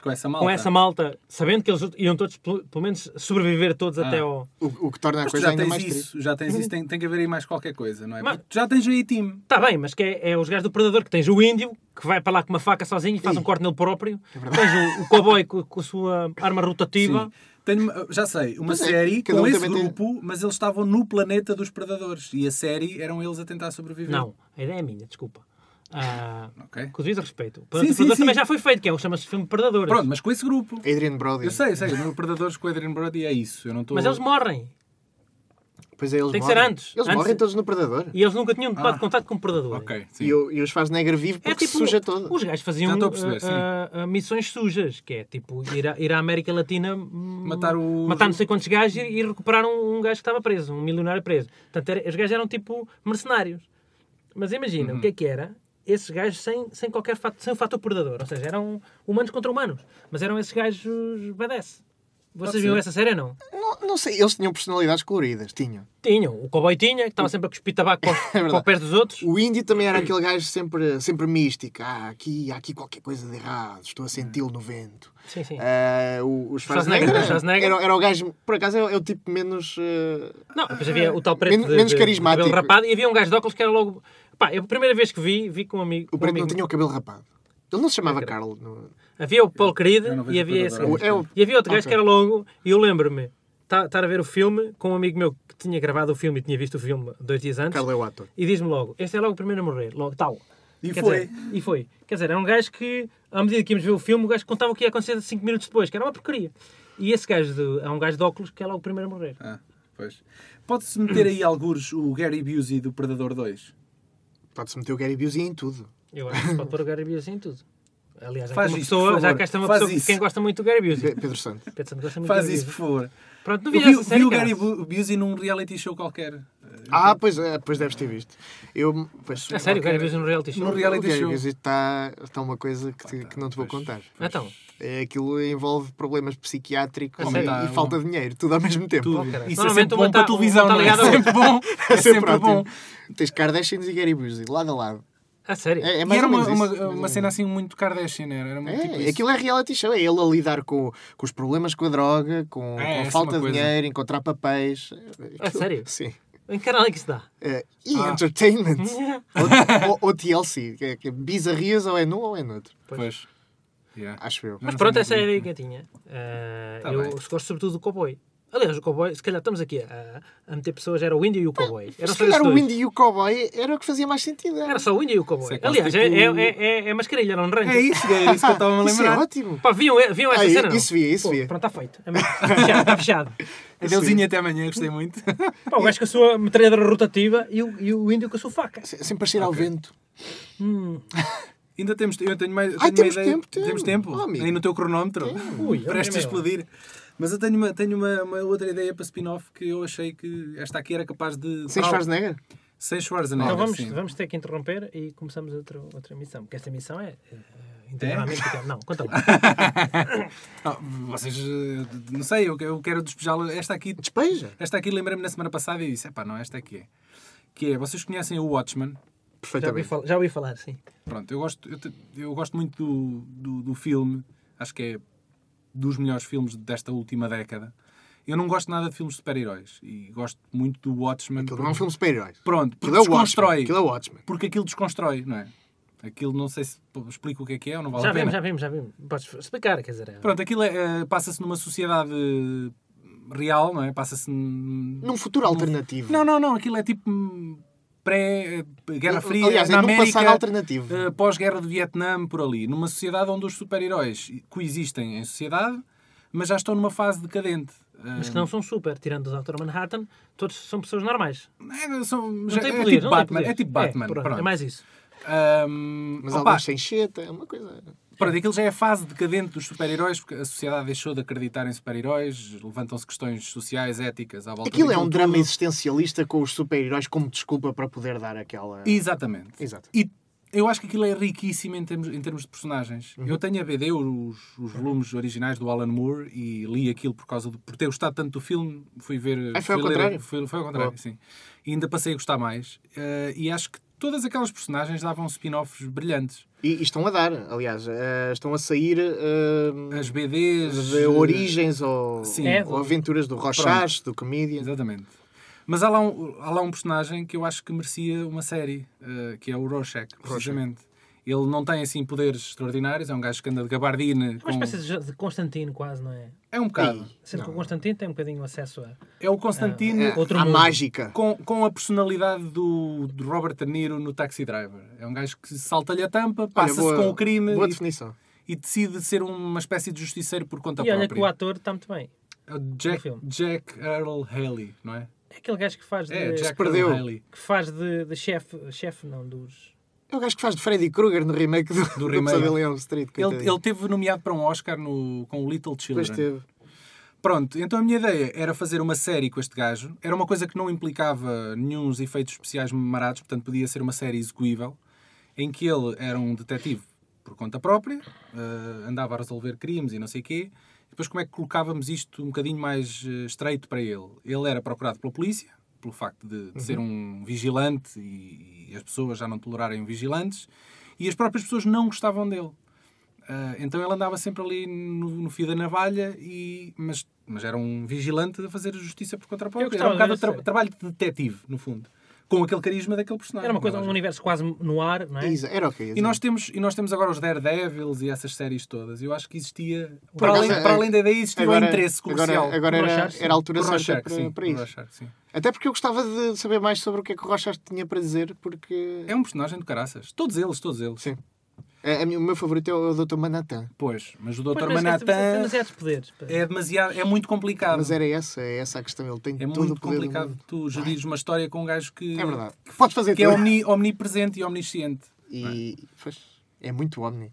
Com essa malta. com essa malta, sabendo que eles iam todos, pelo pelo menos, sobreviver todos até ao... O, o que torna a Mas tu coisa já ainda tens mais triste. isso, já tens isso, tem, tem que haver aí mais qualquer coisa, não é? Mas- Porque tu já tens aí time. Está bem, mas que é, é os gajos do Predador, que tens o índio, que vai para lá com uma faca sozinho e faz um corte nele próprio. tens o, o cowboy com, com a sua arma rotativa. É Sim. Tenho, uma- já sei, uma Pois é, série cada com um esse também tem- grupo, mas eles estavam no planeta dos predadores. E a série eram eles a tentar sobreviver. Não, a ideia é minha, desculpa. Ah, Ok. Com o devido respeito. O Sim, Predador sim, Predador sim. também já foi feito, que é o chama-se filme Predadores. Pronto, mas com esse grupo. Adrian Brody. Eu sei, eu sei. No Predadores com Adrian Brody é isso. Eu não estou. Mas eles morrem. Pois é, eles Tem que morrem. ser antes. Eles Antes- morrem todos no Predador. E eles nunca tinham tomado Ah. contato com o Predador. Ok, sim. E, o, e o Schwarzenegger vive porque É tipo, se suja todo. os gajos faziam Já estou a perceber, ah, sim. ah, ah, missões sujas, que é tipo ir, à- ir à América Latina hum, Matar o- matar não sei quantos gajos e, e recuperar um, um gajo que estava preso, um milionário preso. Portanto, era- os gajos eram tipo mercenários. Mas imagina, Uhum. o que é que era? Esses gajos sem, sem qualquer fato, sem o fator predador, ou seja, eram humanos contra humanos, mas eram esses gajos badass. Vocês viram ser. essa série ou não? Não, não sei, eles tinham personalidades coloridas, tinham. Tinham, o cowboy tinha, que estava sempre a cuspir tabaco para os, É verdade. para os pés dos outros. O índio também era aquele gajo sempre, sempre místico. Ah, aqui, há aqui qualquer coisa de errado, estou a senti-lo no vento. Sim, sim. É, Ah, o, o Schwarzenegger, Schwarzenegger, o Schwarzenegger. Era, era o gajo, por acaso, é o, é o tipo menos. eh, Não, depois havia o tal preto Menos- de, menos de- de carismático. cabelo rapado e havia um gajo de óculos que era logo... Pá, eu a primeira vez que vi, vi com um amigo. o com um preto não amigo. tinha o cabelo rapado. Ele não se chamava Carl. no- Havia o Paul Creed eu não vejo e havia o esse Predador há gajo. muito E havia outro gajo é Ok. que era logo e eu lembro-me tá- estar a ver o filme com um amigo meu que tinha gravado o filme e tinha visto o filme dois dias antes Carl é o ator. e diz-me logo, este é logo o primeiro a morrer, logo tal. E Quer foi. dizer, e foi. Quer dizer, era um gajo que, à medida que íamos ver o filme, o gajo contava o que ia acontecer 5 minutos depois, que era uma porcaria. E esse gajo do- é um gajo de óculos que é logo o primeiro a morrer. Ah, pois. Pode-se meter aí algures o Gary Busey do Predador 2? Pode-se meter o Gary Busey em tudo. Eu acho que pode pôr o Gary Busey em tudo. Aliás, já Faz que uma isso, pessoa, por favor. já que esta é uma Faz pessoa que isso. quem gosta muito do Gary Busey. Pe- Pedro Santo. Pedro Santos gosta muito Faz do isso, Gary por Busey. favor. Pronto, não Eu vi vi, essa série, vi o caraças. Gary Bu- Busey num reality show qualquer. Ah, pois, é, pois deves ter visto. Eu, pois, A É sério, o Gary Busey no reality show. No reality o Gary show. Busey está, está uma coisa que, te- que não te vou contar. Então, É, aquilo envolve problemas psiquiátricos Ah, e, sério? e falta de dinheiro, tudo ao mesmo tempo. Tudo. caralho. Isso é Normalmente sempre uma bom tá- para a televisão, uma tá não é? ligada É ao- sempre bom. É sempre bom. ótimo. Tens Kardashians e Gary Busey, lado a lado. a sério. É, é E mais era ou uma, menos uma, isso, mais ou uma menos. cena assim muito Kardashian, era, era muito É, tipo isso. aquilo é reality show, é ele a lidar com, com os problemas com a droga, com, com É, essa é a falta uma de coisa. dinheiro, encontrar papéis. Aquilo- sério? Sim. Em que canal é que isso dá? É, e Ah. entertainment. ou, ou, ou TLC, que é, que é bizarrias ou é num ou é noutro, Pois. Ah, Yeah. acho eu. Mas pronto, essa era a ideia que eu tinha. Ah, Tá eu bem. gosto sobretudo do cowboy. Aliás, o cowboy, se calhar estamos aqui a, a meter pessoas, era o índio e o cowboy. Então, Era Se só, esses calhar o dois. Indy e o Cowboy era o que fazia mais sentido. Era, era só o índio e o cowboy. Isso é quase Aliás, é, tipo- é, é, é, é mascarilha, não rancho. É isso, é isso que eu estava a Isso é lembrar. ótimo. Pá, viam, viam essa Ah, cena, não? isso via, isso Pô, via. Pronto, está feito. É mesmo. Está fechado, está fechado. Adeuzinho até amanhã, gostei muito. Pá, o gajo com a sua metralhadora rotativa e o, e o índio com a sua faca. Se- Sem parecer ao vento. Ainda temos, eu tenho mais, eu Ai, tenho temos uma ideia- tempo, temos. temos tempo. Oh, amigo. Aí no teu cronómetro. Ui, é Prestes mesmo. a explodir. Mas eu tenho, uma, tenho uma, uma outra ideia para spin-off que eu achei que esta aqui era capaz de. Sem Schwarzenegger? Sem Schwarzenegger. Então vamos, sim. vamos ter que interromper e começamos outra, outra missão, porque esta missão é. é, é integralmente. Não, conta lá. Então Não, vocês. eh, Não sei, eu, eu quero despejá-la. Esta aqui. Despeja. Esta aqui lembrei-me na semana passada e disse: é pá, não, esta aqui é. Que é, vocês conhecem o Já Watchman? ouvi, Perfeitamente. fal- já ouvi falar, sim. Pronto, eu gosto, eu, te- eu gosto muito do, do, do filme, acho que é dos melhores filmes desta última década. Eu não gosto nada de filmes de super-heróis e gosto muito do Watchmen. Aquilo não é um filme de super-heróis. Pronto, Aquilo é porque o Watchmen. desconstrói. Aquilo é o Watchmen. Porque aquilo desconstrói, não é? Aquilo não sei se pô, explico o que é que é ou não vale já a pena. vimos, já vimos, já vimos. Podes explicar, quer dizer. é- Pronto, aquilo é, eh, passa-se numa sociedade real, não é? Passa-se num... Num futuro alternativo. Não, não, não. Aquilo é tipo hum, pré-Guerra Fria, Aliás, é na num América, passado alternativo. eh, pós-guerra do Vietnã, por ali. Numa sociedade onde os super-heróis coexistem em sociedade, mas já estão numa fase decadente. Eh, Mas que não são super, tirando o Dr. Manhattan, todos são pessoas normais. é, são- Não já- têm é poder, tipo não têm Batman, poder. é tipo Batman, pronto, pronto. é mais isso. Ahm, Mas opa, alguns sem cheta, é uma coisa. Pronto, aquilo já é a fase decadente dos super-heróis, porque a sociedade deixou de acreditar em super-heróis, levantam-se questões sociais, éticas à volta Aquilo é daquilo um drama tudo. existencialista com os super-heróis como desculpa para poder dar aquela. Exatamente. Exato. E eu acho que aquilo é riquíssimo em termos, em termos de personagens. Uhum. Eu tenho a BD, os, os volumes originais do Alan Moore, e li aquilo por causa do, por ter gostado tanto do filme, fui ver. Ah, foi fui ao ler- contrário? Foi, foi ao contrário, Boa. sim. E ainda passei a gostar mais. Eh, e acho que todas aquelas personagens davam spin-offs brilhantes. E, e estão a dar, aliás, eh, estão a sair eh, As BDs. de eh, origens ou, Sim. É, ou aventuras do Rochas, do Comedian. Exatamente. Mas há lá, um, há lá um personagem que eu acho que merecia uma série, eh, que é o Rorschach, precisamente. Ele não tem assim poderes extraordinários, é um gajo que anda de gabardina. É uma com- espécie de de Constantino, quase, não é? É um bocado. Sendo que o Constantino tem um bocadinho acesso a. É o Constantino É, Outro a mundo. mágica. com, com a personalidade do, do Robert De Niro no Taxi Driver. É um gajo que salta-lhe a tampa, Olha, passa-se boa- com o crime Boa e, definição. e decide ser uma espécie de justiceiro por conta E olha que o própria. ator está muito bem. É o no Jack, filme. Jack Earl Haley, não é? É aquele gajo que faz de. É, Jack perdeu. Earl Haley. que faz de, de chefe. Chefe, não, dos. É o gajo que faz de Freddy Krueger no remake do, do, remake. Pesadelo em Elm Street. Ele, coitadinho. ele teve nomeado para um Oscar no, com o Little Depois Children. teve. Pronto, então a minha ideia era fazer uma série com este gajo. Era uma coisa que não implicava nenhum efeitos especiais marados, portanto podia ser uma série execuível, em que ele era um detetive por conta própria, eh, andava a resolver crimes e não sei o quê. Depois como é que colocávamos isto um bocadinho mais eh, estreito para ele? Ele era procurado pela polícia, pelo facto de, de ser Uhum. um vigilante e, e as pessoas já não tolerarem vigilantes, e as próprias pessoas não gostavam dele. Ah, então ele andava sempre ali no, no fio da navalha, e, mas, mas era um vigilante a fazer justiça por conta própria. Era gostava um bocado de ver tra- essa trabalho de detetive, no fundo. Com aquele carisma daquele personagem. Era uma coisa, um não é? universo quase no ar, não é? Isa- Era ok. E nós, temos, e nós temos agora os Daredevils e essas séries todas. Eu acho que existia. Por Para, acaso, além, para é- além da ideia, existia o um interesse comercial. Agora, agora era, Rochar, sim. era a altura Por certa Rorschach, para, sim, para por isso. Rorschach, sim. Até porque eu gostava de saber mais sobre o que é que o Rochas tinha para dizer, porque É um personagem de caraças. Todos eles, todos eles. Sim. é, é, o meu favorito é o Dr. Manhattan. Pois, mas o Pois, Dr. mas esse- Tem Manhattan demasiados poderes. pá. é demasiado. É muito complicado. Mas era essa, é essa a questão. Ele tem É todo o muito poder do complicado mundo. tu gerires uma história com um gajo que. É verdade. Podes fazer Que é tudo. omni- omnipresente e omnisciente. E pois, é muito omni.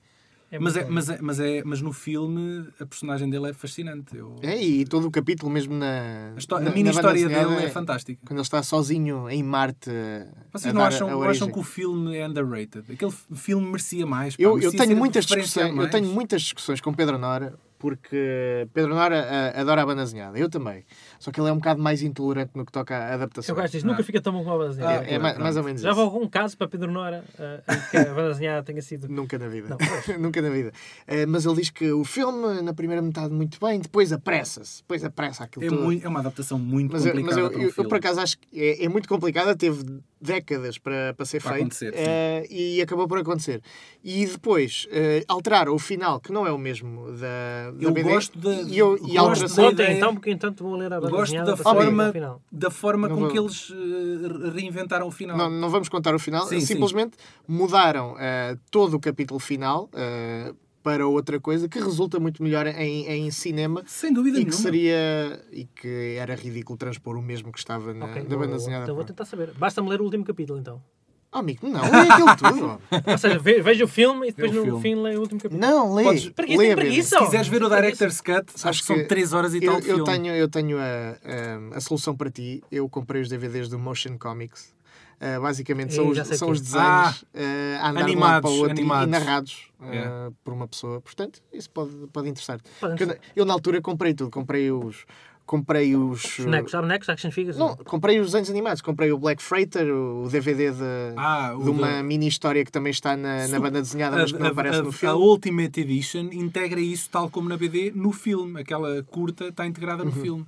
É mas, é, muito bom. mas, é, mas, é, mas no filme a personagem dele é fascinante. Eu- É, e todo o capítulo, mesmo na. a, histó- a na- na mini banda história desenhada, dele é fantástica. Quando ele está sozinho em Marte. a- Vocês a não dar acham, a não origem. acham que o filme é underrated? Aquele f- filme merecia mais. pá, eu, eu merecia tenho ser muitas referenciado discussões, eu é mais. tenho muitas discussões com Pedro Nora, porque Pedro Nora ah, adora a banazinhada, eu também. Só que ele é um bocado mais intolerante no que toca à O adaptação. gajo diz, nunca fica tão bom como a Badazinha. Ah, é é pronto, mais, pronto. mais ou menos Já isso. houve algum caso para Pedro Nora ah, em que a Badazinha tenha sido. Nunca na vida. Não, pois. Nunca na vida. Ah, mas ele diz que o filme, na primeira metade, muito bem, depois apressa-se. Depois apressa aquilo É, tudo. mui- é uma adaptação muito Mas, eu, complicada mas eu, para um eu- eu, filme. por acaso, acho que é, é muito complicada. Teve décadas para, para ser Para feito. acontecer, eh, e acabou por acontecer. E depois, eh, alteraram o final, que não é o mesmo da, da Eu BD. gosto de- E, eu, gosto e a alteração... da Contem ideia- então, porque entanto vou ler a Eu Gosto Badazinha. da para saber forma, até ao final. da forma Não com vou- que eles eh, reinventaram o final. Não, não vamos contar o final. Sim, sim. Simplesmente mudaram eh, todo o capítulo final eh, para outra coisa que resulta muito melhor em, em cinema. Sem dúvida E que nenhuma. seria. E que era ridículo transpor o mesmo que estava na, Ok, na vou- banda desenhada. Então vou tentar saber. Basta-me ler o último capítulo então. Oh, amigo, não, lê aquilo tudo. homem. Ou seja, ve- vejo o filme e depois Vê o no filme. fim leio o último capítulo. Não, lê. Podes- Preguiça, lê tem a Bíblia. preguiça. Se quiseres ver o Director's Cut, Sabes acho que são que 3 horas e eu, tal de eu então filme. tenho, eu tenho a, a, a solução para ti. Eu comprei os DVDs do Motion Comics. Ah, basicamente são, Ih, os, já sei são que é. os desenhos ah, a andar de um lado para o outro animados, e- e animados. narrados ah, Yeah. por uma pessoa. Portanto, isso pode, pode interessar-te. Pode Porque Eu, na- eu, na altura, comprei tudo. Comprei os... Comprei os... ah, Os bonecos, há bonecos, action figures. Não, comprei os desenhos animados. Comprei o Black Freighter, o DVD de, Ah, o de uma do- mini-história que também está na, na Su- banda desenhada, mas que não aparece no a filme. Ultimate Edition integra isso, tal como na BD, no filme. Aquela curta está integrada Uhum. no filme.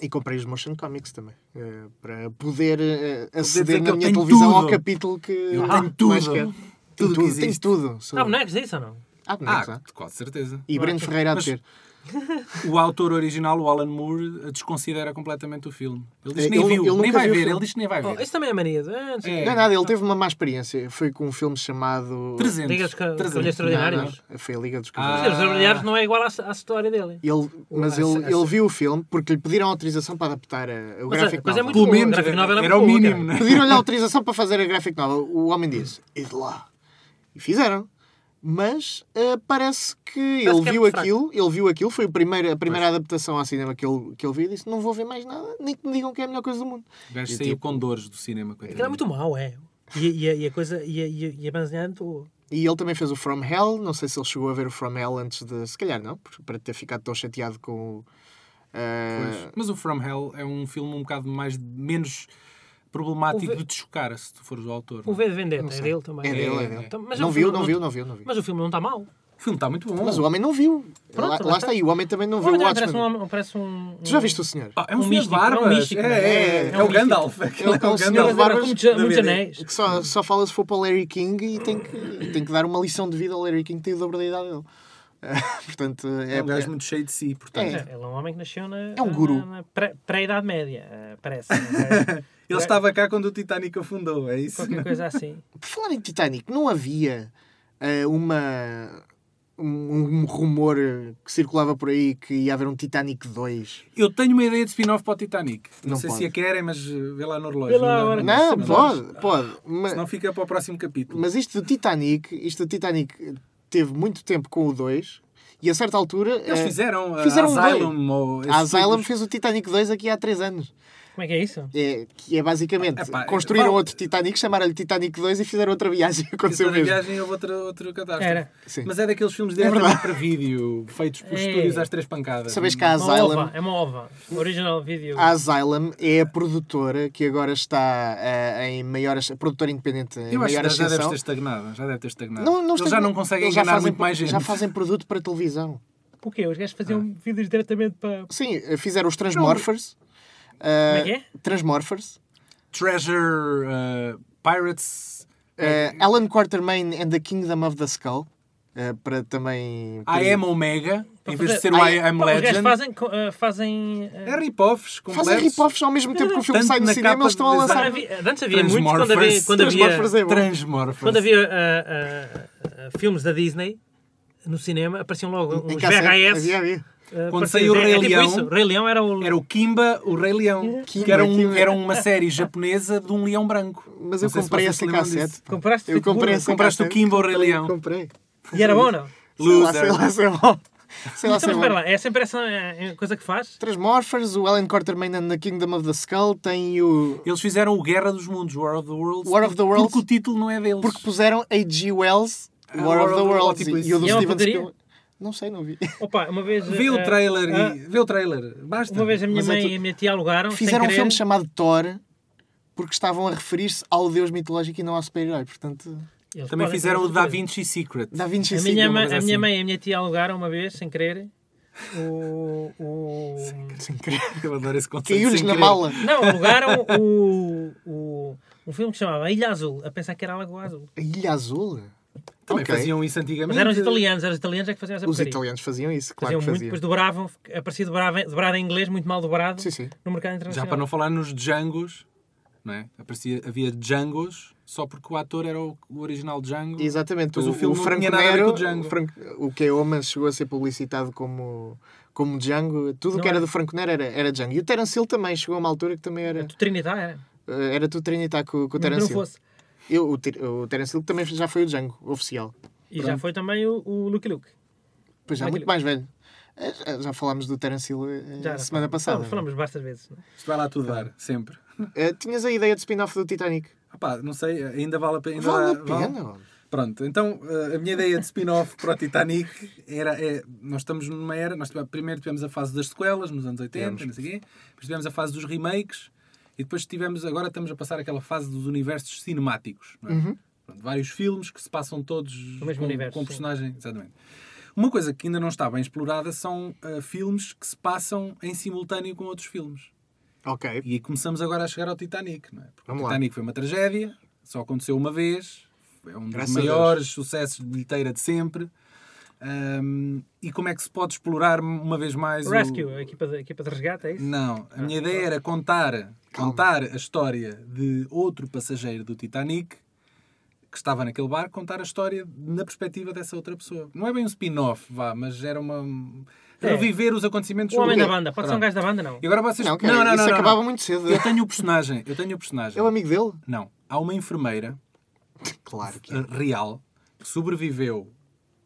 E comprei os motion comics também, eh, para poder eh, aceder dizer que na eu minha tenho televisão ao tudo. capítulo que Eu tenho mais tudo. quero. Tudo Tenho que tudo, existe. tenho tudo. Sou- Há bonecos disso ou não? é? Ah, é pá. Ah, quase certeza. E Breno Ferreira a Mas- ter. O autor original, o Alan Moore, desconsidera completamente o filme. Ele diz É, que nem ele- viu, ele nem nunca vai viu o ver. filme. Ele diz que nem vai Oh, ver. isso também é mania. Ah, não sei. É. Não é nada, ele teve uma má experiência. Foi com um filme chamado. 300. Diga-lhes é que- que 300. Olhos Extraordinários. Não, não. Foi a Liga dos Ah. Cavaleiros. Os Extraordinários não é igual à, à história dele. Ele, mas essa- ele, essa- ele viu o filme porque lhe pediram autorização para adaptar a, o Mas é- gráfico mas é novel. muito Pelo boa, a menos, graphic novel é era, muito o boa, mínimo, né? Pediram-lhe autorização para fazer a graphic novel. O homem disse: ide lá. E fizeram. Mas ah, parece que ele que é viu muito aquilo, ele viu aquilo, foi a primeira, a primeira adaptação ao cinema que ele, que ele viu e disse: Não vou ver mais nada, nem que me digam que é a melhor coisa do mundo. O gajo E saiu tipo- com dores do cinema. coitadinho. Aquilo é muito mau, é. E, e a- e a coisa. E a, e a, e a manzinha é muito boa. E ele também fez o From Hell, não sei se ele chegou a ver o From Hell antes de. Se calhar não, porque- para ter ficado tão chateado com o. ah, Mas o From Hell é um filme um bocado mais, menos problemático O ve- de te chocar, se tu fores o autor. O não é? V de Vendetta é dele também. é dele, é Então, dele. mas não, o viu, filme tá- não viu, não viu, não viu. Mas o filme não está mal. O filme está muito bom. Mas o homem não viu. lá, Pronto, lá lá está. está, e o homem também não O viu o homem também parece Watchmen. um, parece um, um- Tu já viste o senhor? Ah, é um, filme místico, de barbas. é um místico, é, não é? é, é, É um o místico. Gandalf. Aquele É o Gandalf senhor de da barbas. Como de- vida. muitos anéis. Que só, só fala-se for para o Larry King e tem que, tem que dar uma lição de vida ao Larry King, que tem o dobro da idade dele. Portanto, é, É um gajo muito cheio de si, portanto. É. Ele é um homem que nasceu na. É um guru. na- na pré- Pré-Idade Média, eh, parece. eh, Ele estava cá quando o Titanic afundou, é isso? Qualquer coisa assim. Por falar em Titanic, não havia ah, uma. Um, um rumor que circulava por aí que ia haver um Titanic 2. Eu tenho uma ideia de spin-off para o Titanic. Não, Não sei pode. se a querem, mas uh, vê lá no Vê relógio. lá dá- agora. Não, dá- pode, pode. Mas, Senão fica para o próximo capítulo. mas isto do Titanic, isto do Titanic teve muito tempo com o 2 e a certa altura. Eles ah, fizeram, uh, fizeram um Asylum. Ou tipo esses A Asylum tipos. fez o Titanic 2 aqui há 3 anos. Como é que é isso? É, que é basicamente. Epá, construíram fala- outro Titanic, chamaram-lhe Titanic 2 e fizeram outra viagem. Aconteceu Essa mesmo. viagem houve outra, outra catástrofe. Era. Sim. Mas é daqueles filmes diretamente para vídeo, feitos por É. estúdios às três pancadas. Sabes que a Uma Asylum, ova, é uma ova. Original video. a Asylum é a produtora que agora está eh, em maior. asc- produtora independente em Eu acho maior que já deve ascensão. ter estagnado. Já deve ter estagnado. Não, não Eles está- já não conseguem eles já enganar fazem- muito mais gente. Já fazem produto para televisão. O quê? Os gajos faziam Ah. vídeos diretamente para. Sim, eh, fizeram os Transmorphers. Como eh, é que é? Transmorphers. Treasure, uh, Pirates... eh, Alan Quartermain and the Kingdom of the Skull. eh, para também. I Am Omega, em vez de ser o I- I Am Pá, os gajos Legend. fazem. co- eh, fazem eh, É rip-offs completos. Fazem rip-offs ao mesmo tempo que o filme Tanto sai no na cinema, capa eles estão a de pá, lançar. design. havia- antes havia muito quando havia. Transmorphers. Quando Transmorphers havia, é bom. Transmorphers. quando havia eh, eh, eh, filmes da Disney no cinema, apareciam logo Em uns cassete, VHS. havia, havia. eh, Quando parecidos. saiu o É- é Rei tipo Leão, isso. Rei Leão era o. Era o Kimba, o Rei Leão, Kimba, que era, um- Kimba. era uma série japonesa de um leão branco. Mas Não eu sei se comprei vocês essa se lembram disso. cassete. pá. Compraste Eu Fit Burro? comprei essa Compraste o cassete. Kimbo Rei Leão. Comprei. E era bom ou não? Loser. Sei lá, sei lá, sei lá. Sei lá, Então, sei mas espera lá. lá, é sempre essa eh, coisa que faz? Transmorphers, o Alan Quartermain and the Kingdom of the Skull tem o... Eles fizeram o Guerra dos Mundos, War of the Worlds. War of the Worlds. Porque o título não é deles. Porque puseram H.G. Wells, Ah, War of the Worlds, tipo isso. e o do E é uma Steven porcaria? Spielberg. Não sei, não vi. Opa, uma vez. Vê eh, o trailer ah, e. Vê o trailer. Basta. Uma vez a minha Mas é mãe tudo- e a minha tia alugaram. sem Fizeram um querer. filme chamado Thor porque estavam a referir-se ao deus mitológico e não ao super-herói. Portanto, Eles Também podem fizeram o fazer Da isso. Vinci Secret. Da Vinci A Sigma, minha, uma mãe, coisa a minha assim. mãe e a minha tia alugaram uma vez, sem querer, o. o... Sem querer. Eu adoro esse conceito. Caiu-lhes sem na querer. mala. Não, alugaram o, o. Um filme que se chamava Ilha Azul, a pensar que era a Lagoa Azul. A Ilha Azul? Também Ok. faziam um isso antigamente. Mas eram os italianos, eram os italianos é que faziam essa Os porcaria. italianos faziam isso, claro faziam que muito, faziam. depois dobravam, aparecia dobrava- dobrado em inglês, muito mal dobrado, Sim, sim. no mercado internacional. Já para não falar nos Django's. Não é? Aparecia, havia Django's só porque o ator era o, o original Django. Exatamente. Mas O, o filme o não Franco tinha nada a ver com Nero, o Django. o, Franco, o Keoman chegou a ser publicitado como, como Django. Tudo o Não que era é. do Franco Nero era, era Django. E o Terence Hill também chegou a uma altura que também era. Do Trinidad era. eh, Era tudo Trinitá com, com o Mas não Terence Hill. fosse. Eu, o, Ter- o Terence Hill também já foi o Django, oficial. E já foi também o, o Lucky Luke. Pois já, Michael- muito mais velho. Eh, já- Já falámos do Terence Hill eh, Já, já semana falámos. passada. Falamos, falamos bastas vezes. não é? Isto vai lá tudo dar, sempre. Eh, tinhas a ideia de spin-off do Titanic? Ah pá, não sei, ainda vale a pena. ainda Vale a dá- vale? pena. Pronto, então eh, a minha ideia de spin-off para o Titanic era. É, nós estamos numa era. Nós tivemos- primeiro tivemos a fase das sequelas, nos anos 80, não sei quê. Depois tivemos a fase dos remakes. E depois tivemos. Agora estamos a passar aquela fase dos universos cinemáticos. não é? Uhum. Pronto, vários filmes que se passam todos mesmo com, universo, com sim. personagem. Exatamente. Uma coisa que ainda não está bem explorada são eh, filmes que se passam em simultâneo com outros filmes. Ok. E começamos agora a chegar ao Titanic, não é? Porque Vamos o lá. Titanic foi uma tragédia, só aconteceu uma vez, é um dos Graças a maiores sucessos de bilheteira de sempre. Ahm, e como é que se pode explorar uma vez mais o- Rescue, a equipa de, a equipa de resgate, é isso? Não, a minha ideia era contar, contar a história de outro passageiro do Titanic que estava naquele barco, contar a história na perspectiva dessa outra pessoa. Não é bem um spin-off, vá, mas era uma. É. reviver os acontecimentos O homem do- da banda, pode ser um Pronto. gajo da banda, não? E agora vocês. Não, cara, isso acabava muito cedo. Eu tenho o personagem, eu tenho o personagem. É o amigo dele? Não, há uma enfermeira Claro que é. eh, real que sobreviveu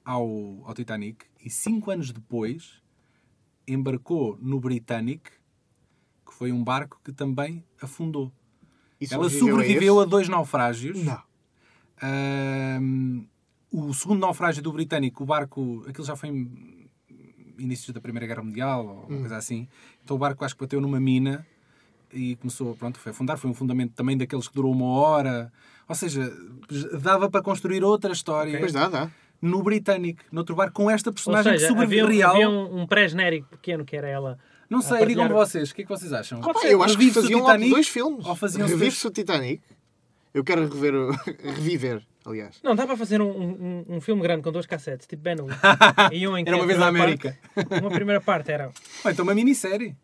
ao, ao Titanic e cinco anos depois embarcou no Britannic, que foi um barco que também afundou. E Ela sobreviveu a, é esse? dois naufrágios. Não. Ahm, o segundo naufrágio do Britânico, o barco, aquilo já foi em inícios da Primeira Guerra Mundial ou Hum. uma coisa assim. Então o barco acho que bateu numa mina e começou, pronto, foi a afundar. Foi um fundamento também daqueles que durou uma hora. Ou seja, dava para construir outra história Pois dá, dá. no Britânico, noutro barco, com esta Ou personagem seja, que havia, sobreviveu real. havia um, um pré-genérico pequeno que era ela. Não sei, a digam partilhar- vocês, o que é que vocês acham? Pá, eu acho que Revive-se o faziam logo Titanic dois filmes. Ou faziam Revive-se o Titanic. Eu quero rever o... reviver, aliás. Não, dá para fazer um, um, um filme grande com dois cassetes, tipo Ben Hur. E um em que Era a uma vez primeira a América. parte- uma primeira parte era. Ou então uma minissérie.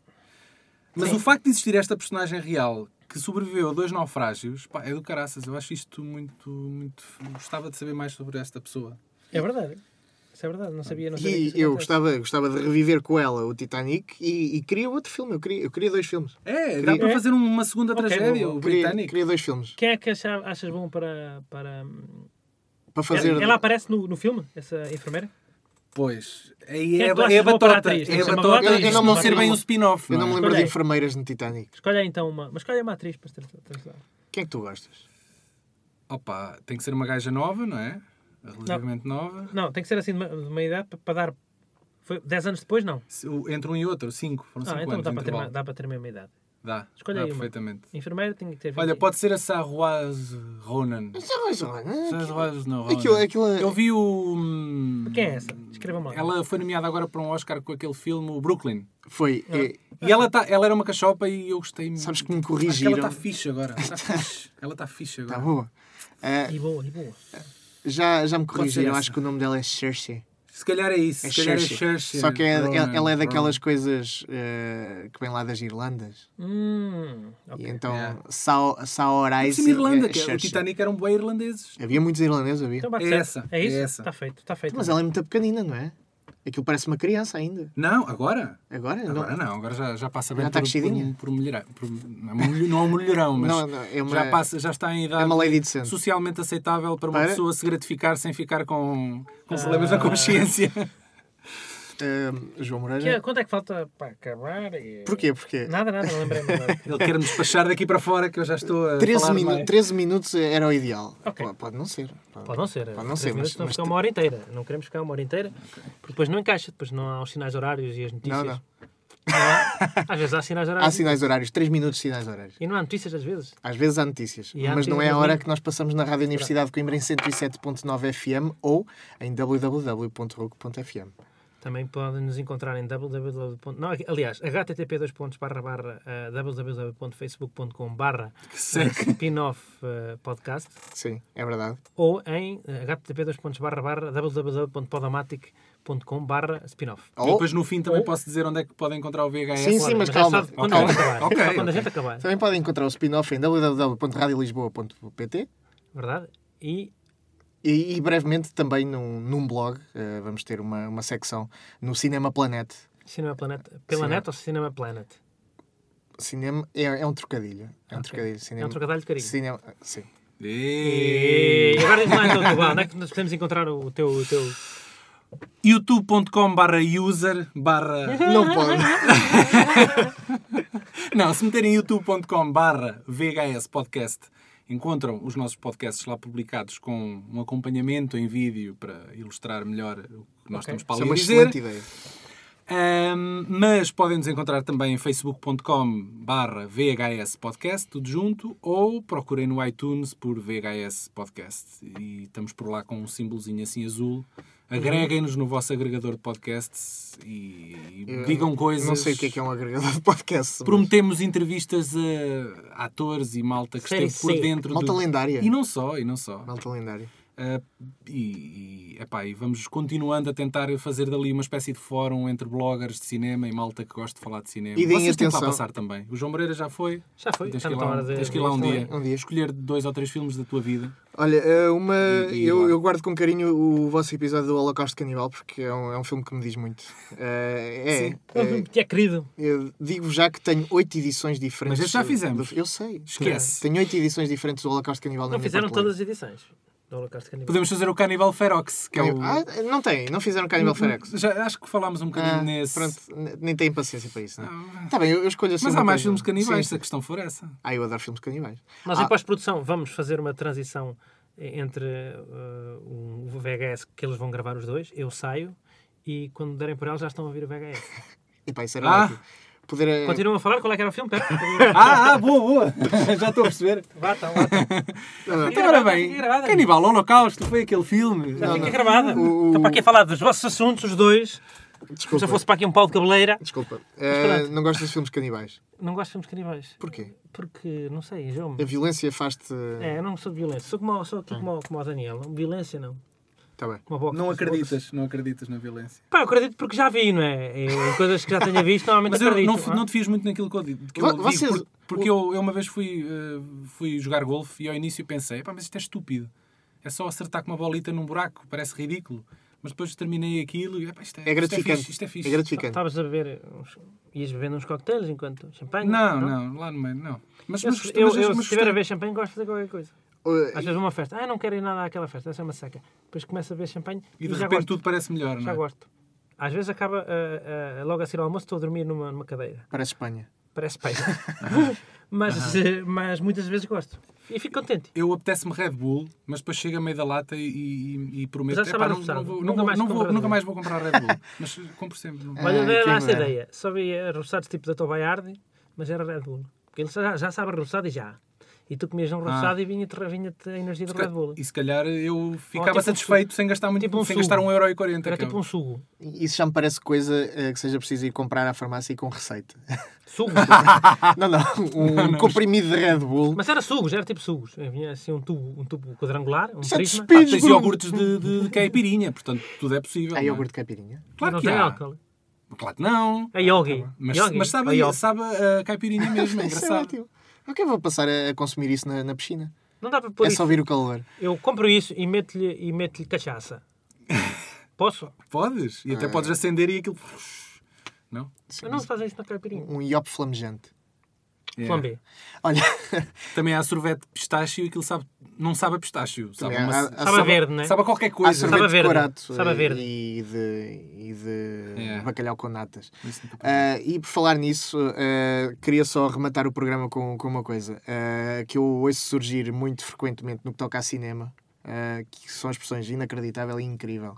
Mas o facto de existir esta personagem real que sobreviveu a dois naufrágios, pá, é do caraças. Eu acho isto muito, muito. Gostava de saber mais sobre esta pessoa. É verdade. Isso é verdade, não sabia, não sabia. que E é isso eu acontece. gostava, gostava de reviver com ela o Titanic e, e queria outro filme. Eu queria, eu queria dois filmes. É, dá para É. fazer uma segunda Ok, tragédia, bom, o Queria, britânico. queria dois filmes. Quem é que acha- achas bom para. para... hum, Para fazer. Ela, ela aparece no, no filme, essa enfermeira? Pois. Aí Quem é é, que tu é, achas a boa para batota. atriz? Tem que É a ser uma batota. boa Isto atriz. não, Eu não me ser bem um lembro- spin-off. Eu não me é? lembro Olha de aí. enfermeiras no Titanic. Escolha aí, então uma. Mas escolha uma atriz para tra- trazer. Quem é que tu gostas? Opa, tem que ser uma gaja nova, não é? Relativamente nova. Não, tem que ser assim de uma, de uma idade para, para dar. Foi 10 anos depois, não. Se- o- Entre um e outro, cinco. Foram cinco Ah, então anos. dá é de para, ter, uma- intervalo. dá para ter a mesma idade. Dá. Escolha Dá aí uma. perfeitamente. Enfermeira tem que ter. 20. Olha, pode ser a Sarroise Ronan. Mas olha, olha, Sarah aquilo- Ronan, não, Aquilo, Ronan. aquilo é- Eu vi o. hum, Quem é essa? Escreva-me lá. Ela foi nomeada agora para um Oscar com aquele filme, o Brooklyn. Foi. é, Ah. E ela, tá, ela era uma cachopa e eu gostei muito. sabes que me Acho que ela corrigiram. está fixe agora. Tá fixe. Ela está fixe Tá agora. boa. Ah, E boa, e boa. já, já me Pode ser corrigiram. essa. Acho que o nome dela é Cersei. Se calhar é isso. É se calhar Cersei. é Cersei. Só que é- Ronan, ela é daquelas Ronan. coisas eh, que vêm lá das Irlandas. Hum, ok. E então, Yeah. Sa- Saoirse Sim, Irlanda, é que o Cersei. Titanic eram bem irlandeses. Havia muitos irlandeses, havia. Então bate É certo. essa, É isso? é essa. Está feito, está feito. Mas ela é muito pequenina, não é? Aquilo parece uma criança ainda. Não, agora? Agora, Agora não. não, agora já, já passa bem Já tá por, um- crescidinha? por, por mulherão. por- não é um mulher- não é um mulherão, mas Não, não, é uma- já, passa, já está em idade É uma lady decente. socialmente aceitável para uma Para? pessoa se gratificar sem ficar com, com problemas na consciência. Ah, João Que- Moreira. quanto é que falta para acabar? E- Porquê? Porquê? Nada, nada, não lembrei-me agora. Ele quer me despachar daqui para fora que eu já estou a 13, falar minu- demais. 13 minutos era o ideal. Ok. Pô, Pode não ser. Pode, Pode não ser. é. Pode não três ser, mas, minutos, não mas ficar uma hora inteira. Não queremos ficar uma hora inteira, porque depois não encaixa, depois não há os sinais horários e as notícias. não. Não há. Às vezes há sinais horários. há sinais horários. 3 minutos de sinais horários. E não há notícias às vezes. Às vezes há notícias, E há mas não notícias é a hora muito- que nós passamos na Rádio Universidade de Coimbra em 107.9 FM ou em www.roco.fm. Também podem nos encontrar em www. Não, aqui- aliás, http eh, www.facebook.com.br Que seco. spin-off eh, podcast Sim, é verdade. ou em eh, http www.podomatic.com.br spin-off. E Ou, depois no fim também posso dizer onde é que podem encontrar o VHS. Oh. Sim, sim. Claro, mas é só calma, Quando calma. a gente acabar. É Ok, Só quando a ok. gente acabar. também podem encontrar o spin-off em www.radiolisboa.pt Verdade? E e, e brevemente também num, num blog eh, vamos ter uma, uma secção no Cinema Planet. Cinema Planet. Pela Cinema- net ou Cinema Planet? Cinema é, é um trocadilho. É um Ok. trocadilho. Cinema, É um trocadilho de carinho. Cinema, sim. E... E agora diz-me lá então, Tubal, onde é que nós podemos encontrar o teu. O teu... youtube.com barra user barra... Não pode. Não, se meterem youtube.com barra VHS podcast encontram os nossos podcasts lá publicados com um acompanhamento em vídeo para ilustrar melhor o que nós Ok. estamos para Isso é ali a uma dizer. excelente ideia. Ahm, mas podem nos encontrar também em facebook.com barra VHS Podcast, tudo junto, ou procurem no iTunes por VHS Podcast. E estamos por lá com um símbolozinho assim azul. Agreguem-nos no vosso agregador de podcasts e, e digam coisas. um Não sei o que é que é um agregador de podcast. mas- Prometemos entrevistas a atores e malta que Série esteve por C. dentro Malta do... lendária. E não só, e não só. Malta lendária. Ah, e, e, epá, e vamos continuando a tentar fazer dali uma espécie de fórum entre bloggers de cinema e malta que gosta de falar de cinema. E deem Vocês têm que lá atenção. passar também. O João Moreira já foi. Já foi, Tens está que ir na lá, hora de- tens que ir lá um, dia, Um dia. Escolher dois ou três filmes da tua vida. Olha, eh, uma. E- e eu, lá. eu guardo com carinho o vosso episódio do Holocausto Canibal, porque é um, é um filme que me diz muito. Eh, é. É um filme eh, que é querido. eu digo já que tenho oito edições diferentes. Mas esse já do- fizemos. do- eu sei. É. Esquece. Tenho oito edições diferentes do Holocausto Canibal na Não minha fizeram prateleira. todas as edições do Holocausto Canibal. Podemos fazer o Cannibal Ferox, que é o. Ah, não tem, não fizeram Canibal Ferox. Já, acho que falámos um bocadinho Ah, nesse. Pronto, n- nem têm paciência para isso, não Ah, é? Tá bem, eu, eu escolho assim. Mas há uma mais coisa. filmes canibais, tá? Sim, se sim. a questão for essa. Ah, eu adoro filmes canibais. Nós Ah. em pós-produção vamos fazer uma transição entre eh, o VHS que eles vão gravar os dois, eu saio e quando derem por elas já estão a ouvir o VHS. Epá, isso era Ah. ótimo. Poder, eh, Continuam a falar qual é que era o filme? Pera. Ah, ah, boa, boa. Já estou a perceber. É Vá, tá, lá, tá. Então, ora bem, Fica gravada. Canibal Holocausto foi aquele filme. Não, Fica não. gravada. O- o- Estou para aqui a falar dos vossos assuntos, os dois. Se Desculpa. eu fosse para aqui um pau de cabeleira. Desculpa. Eh, não gostas de filmes canibais? Não gosto de filmes canibais. Porquê? Porque, não sei, jogo A violência faz-te. É, eu não sou de violência. Sou, como, sou aqui como, como o Daniel. Violência não. Tá bem. Uma boca. Ah. Não acreditas, não acreditas na violência. Pá, eu acredito porque já vi, não é? Eu- coisas que já tenha visto, normalmente Mas eu acredito. não, ah. não te fiz muito naquilo que eu digo. que eu Vo- digo, vocês- porque porque eu, eu uma vez fui, eh, fui jogar golfe e ao início pensei, pá, mas isto é estúpido. É só acertar com uma bolita num buraco, parece ridículo. Mas depois terminei aquilo e, "Epá, isto é, É gratificante. Isto é fixe. Isto é fixe. gratificante. Estavas a beber, uns- ias bebendo uns coquetéis enquanto champanhe? então? Não, não, lá no meio, não. Mas, Eu, mas, eu- mas- eu, mas se estiver a gostei. beber champanhe, gosto de fazer qualquer coisa. Uh, Às vezes uma festa. Ah, não quero ir nada àquela festa, essa é uma seca. Depois começo a beber champanhe E de já repente gosto. tudo parece melhor, não Já é? gosto. Às vezes acaba, ah, ah, logo a seguir ao almoço, estou a dormir numa, numa cadeira. Parece Espanha. Parece peito. mas, eh, mas muitas vezes gosto. E fico contente. eu apetece-me Red Bull, mas depois chega a meio da lata e, e, e prometo Mas já "Epá, estava não, reforçado. não vou, Nunca não vou- mais não vou- compras nunca Red mais vou comprar Red Bull. mas eh, compro sempre. É, não- Olha, Ah, era quem essa dera. ideia. Só havia roçados tipo da Tobayardi, mas era Red Bull. Porque ele já, já sabe roçado e já. E tu comias um roçado e vinha-te vinha a energia do Red Bull. E Ah. se calhar eu ficava tipo um satisfeito sem gastar muito, tipo um sem sumo. gastar 1,40€. Era que é tipo um sugo. Isso já me parece coisa eh, que seja preciso ir comprar à farmácia e com receita. Sugo. não, não. Um comprimido de Red Bull. mas era sugos, era tipo sugos. Vinha assim um tubo, um tubo quadrangular, um Isso é prisma. Pá, despido. tens iogurtes de, de, de caipirinha, portanto tudo é possível. Há não é? Ah, iogurte de caipirinha? Claro não que tem há. álcool. Claro que não. É yogi. Mas, Yogi. mas sabe, É yogi. sabe a caipirinha mesmo, é Isso é engraçado. ótimo. Ok, vou passar a, a consumir isso na, na piscina. Não dá para pôr é isso. só vir o calor. Eu compro isso e meto-lhe e meto cachaça. Posso? Podes. Ah. E até podes acender e aquilo. Não? Mas não se fazem isso na caipirinha. Um iop flamejante. É. Flambé. Olha, Também há sorvete de pistácio e aquilo sabe, não sabe a pistácio. Sabe, Também há- uma- há- Sabe a verde, não é? sabe a qualquer há coisa. sorvete de verde. corato Sabe a eh, verde. e de, e de É. bacalhau com natas. Isso nunca Ah, e por falar nisso, ah, queria só rematar o programa com, com uma coisa ah, que eu ouço surgir muito frequentemente no que toca a cinema, ah, que são expressões inacreditável e incrível.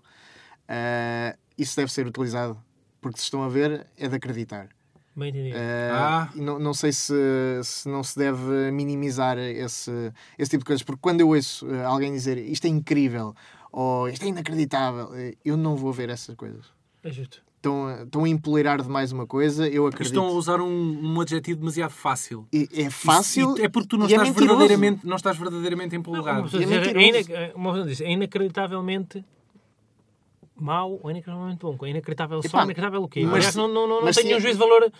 Ah, isso deve ser utilizado, porque se estão a ver, é de acreditar. Bem entendido. Ah, Ah. e Não, não sei se, se não se deve minimizar esse, esse tipo de coisas, porque quando eu ouço ah, alguém dizer isto é incrível ou isto é inacreditável, eh, eu não vou ver essas coisas. É justo. Estão, a- estão a empoleirar de mais uma coisa, eu Porque acredito. Estão a usar um, um adjetivo demasiado fácil. E- é fácil. Isso- é porque tu não, e é estás, mentiroso. verdadeiramente, não estás verdadeiramente Uma empolgado. pessoa E é dizer, é, mentiroso. inac- uma pessoa diz, é inacreditavelmente mau ou inacreditavelmente bom. É inacreditável só, Epá, inacreditável o quê? mas- Aliás, não, não, não, não mas tenho tinha- um juízo de valor.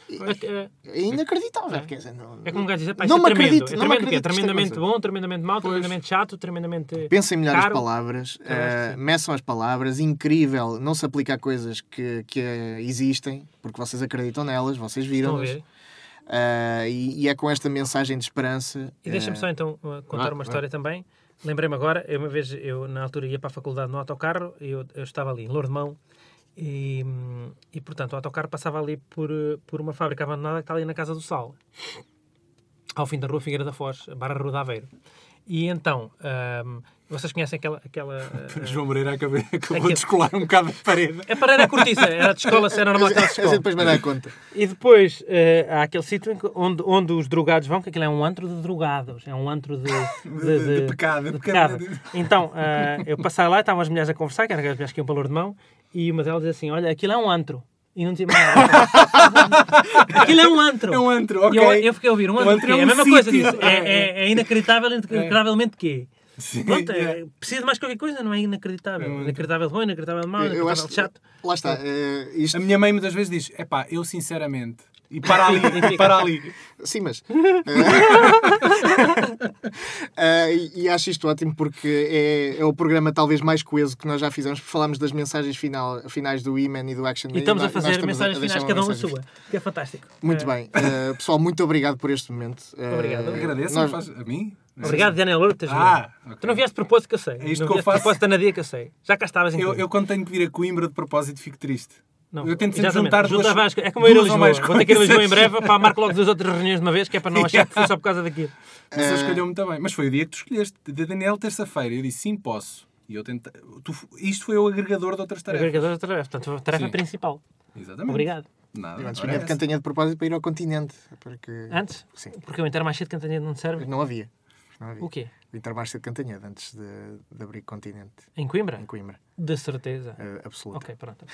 É, É inacreditável. quer dizer, não, é como um gajo diz, "Epá, não isto me é tremendo. acredito. não me é tremendo o quê? acredito que isto Tremendamente aconteça. bom, tremendamente mau, tremendamente chato, tremendamente. Pensem melhor Caro. as palavras, Eu acho que eh, meçam as palavras, incrível, não se aplica a coisas que, que eh, existem, porque vocês acreditam nelas, vocês Estão a viram-nas. ver? Eh, e, e é com esta mensagem de esperança. E deixa-me eh, só então uh, contar vá, uma vá. história também. Lembrei-me agora, eu uma vez, eu na altura ia para a faculdade no autocarro, eu, eu estava ali em Lourdemão, e, hum, e portanto o autocarro passava ali por, uh, por uma fábrica abandonada que está ali na Casa do Sal, ao fim da rua Figueira da Foz, barra Rua de Aveiro. E então, hum, vocês conhecem aquela... aquela uh, João Moreira acabou, acabou Aquilo. de descolar um bocado da parede. a parede era cortiça, era de escola, era normal que a era de gente escola. depois me dá conta. E depois eh, há aquele sítio em que- onde, onde os drogados vão, que aquilo é um antro de drogados, é um antro de, de, de pecado, de pecado. pecado. Então ah, eu passei lá e estavam as mulheres a conversar, que eram as mulheres que iam para de mão, e uma delas diz assim: Olha, aquilo é um antro. E não tinha mais nada. aquilo é um antro. É um antro, E eu, ok. eu fiquei a ouvir um Um antro. antro do quê? É, é um a mesma coisa sítio. disso. É, é, é inacreditável, inacreditavelmente quê? Sim, um Pronto, é- yeah. precisa de mais qualquer coisa, não é inacreditável. Inacreditável bom, inacreditável mau, Eu inacreditável acho que- chato. Lá está. eh, isto- A minha mãe muitas vezes diz: é pá, eu sinceramente. E para ali, e Identifica. para ali. Sim, mas. eh, eh, e- e acho isto ótimo porque é, é o programa talvez mais coeso que nós já fizemos, porque falámos das mensagens final, finais do Iman e do Action Man, E estamos a nós- nós fazer estamos mensagens a deixar finais, uma cada uma mensagem sua, que é fantástico. Muito Eh, bem. Eh, pessoal, muito obrigado por este momento. Eh, Obrigado. Agradeço nós- faz- a mim. Obrigado, Daniel Louro, por teres Ah, vindo. ok. Tu não vieste de propósito que eu sei. É isto não que eu vieste faço. de propósito da Nadia que eu sei. Já cá estavas em Eu, tudo. eu quando tenho que vir a Coimbra de propósito fico triste. Não, eu tento sempre exatamente. juntar Junta duas, mais- É como eu ir a duas ou Lisboa. mais Vou ter que ir a coisas. Lisboa em breve. Pá, marco logo duas outras reuniões de uma vez, que é para não achar que foi só por causa daquilo. Mas É. eles calhou muito bem. Mas foi o dia que tu escolheste. De Daniel, terça-feira. Eu disse sim, posso. E eu tentei. tu- Isto foi o agregador de outras tarefas. Agregador da tarefa. Portanto, é a tarefa Sim. principal. Exatamente. Obrigado. Nada. é Eu antes ora, vinha de essa. cantanha de propósito para ir ao continente. Porque Antes? Sim. Porque eu entero mais cedo que António não te serve. não havia. Não havia. O quê? Entrar mais cedo de cantanha antes de, de abrir continente Em Coimbra? em Coimbra. De certeza. É eh, absoluta. Ok, pronto.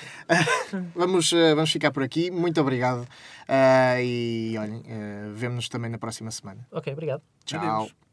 Vamos, eh, vamos ficar por aqui. Muito obrigado. Ah, e olhem, eh, vemo-nos também na próxima semana. Ok, obrigado. Tchau. Adeus.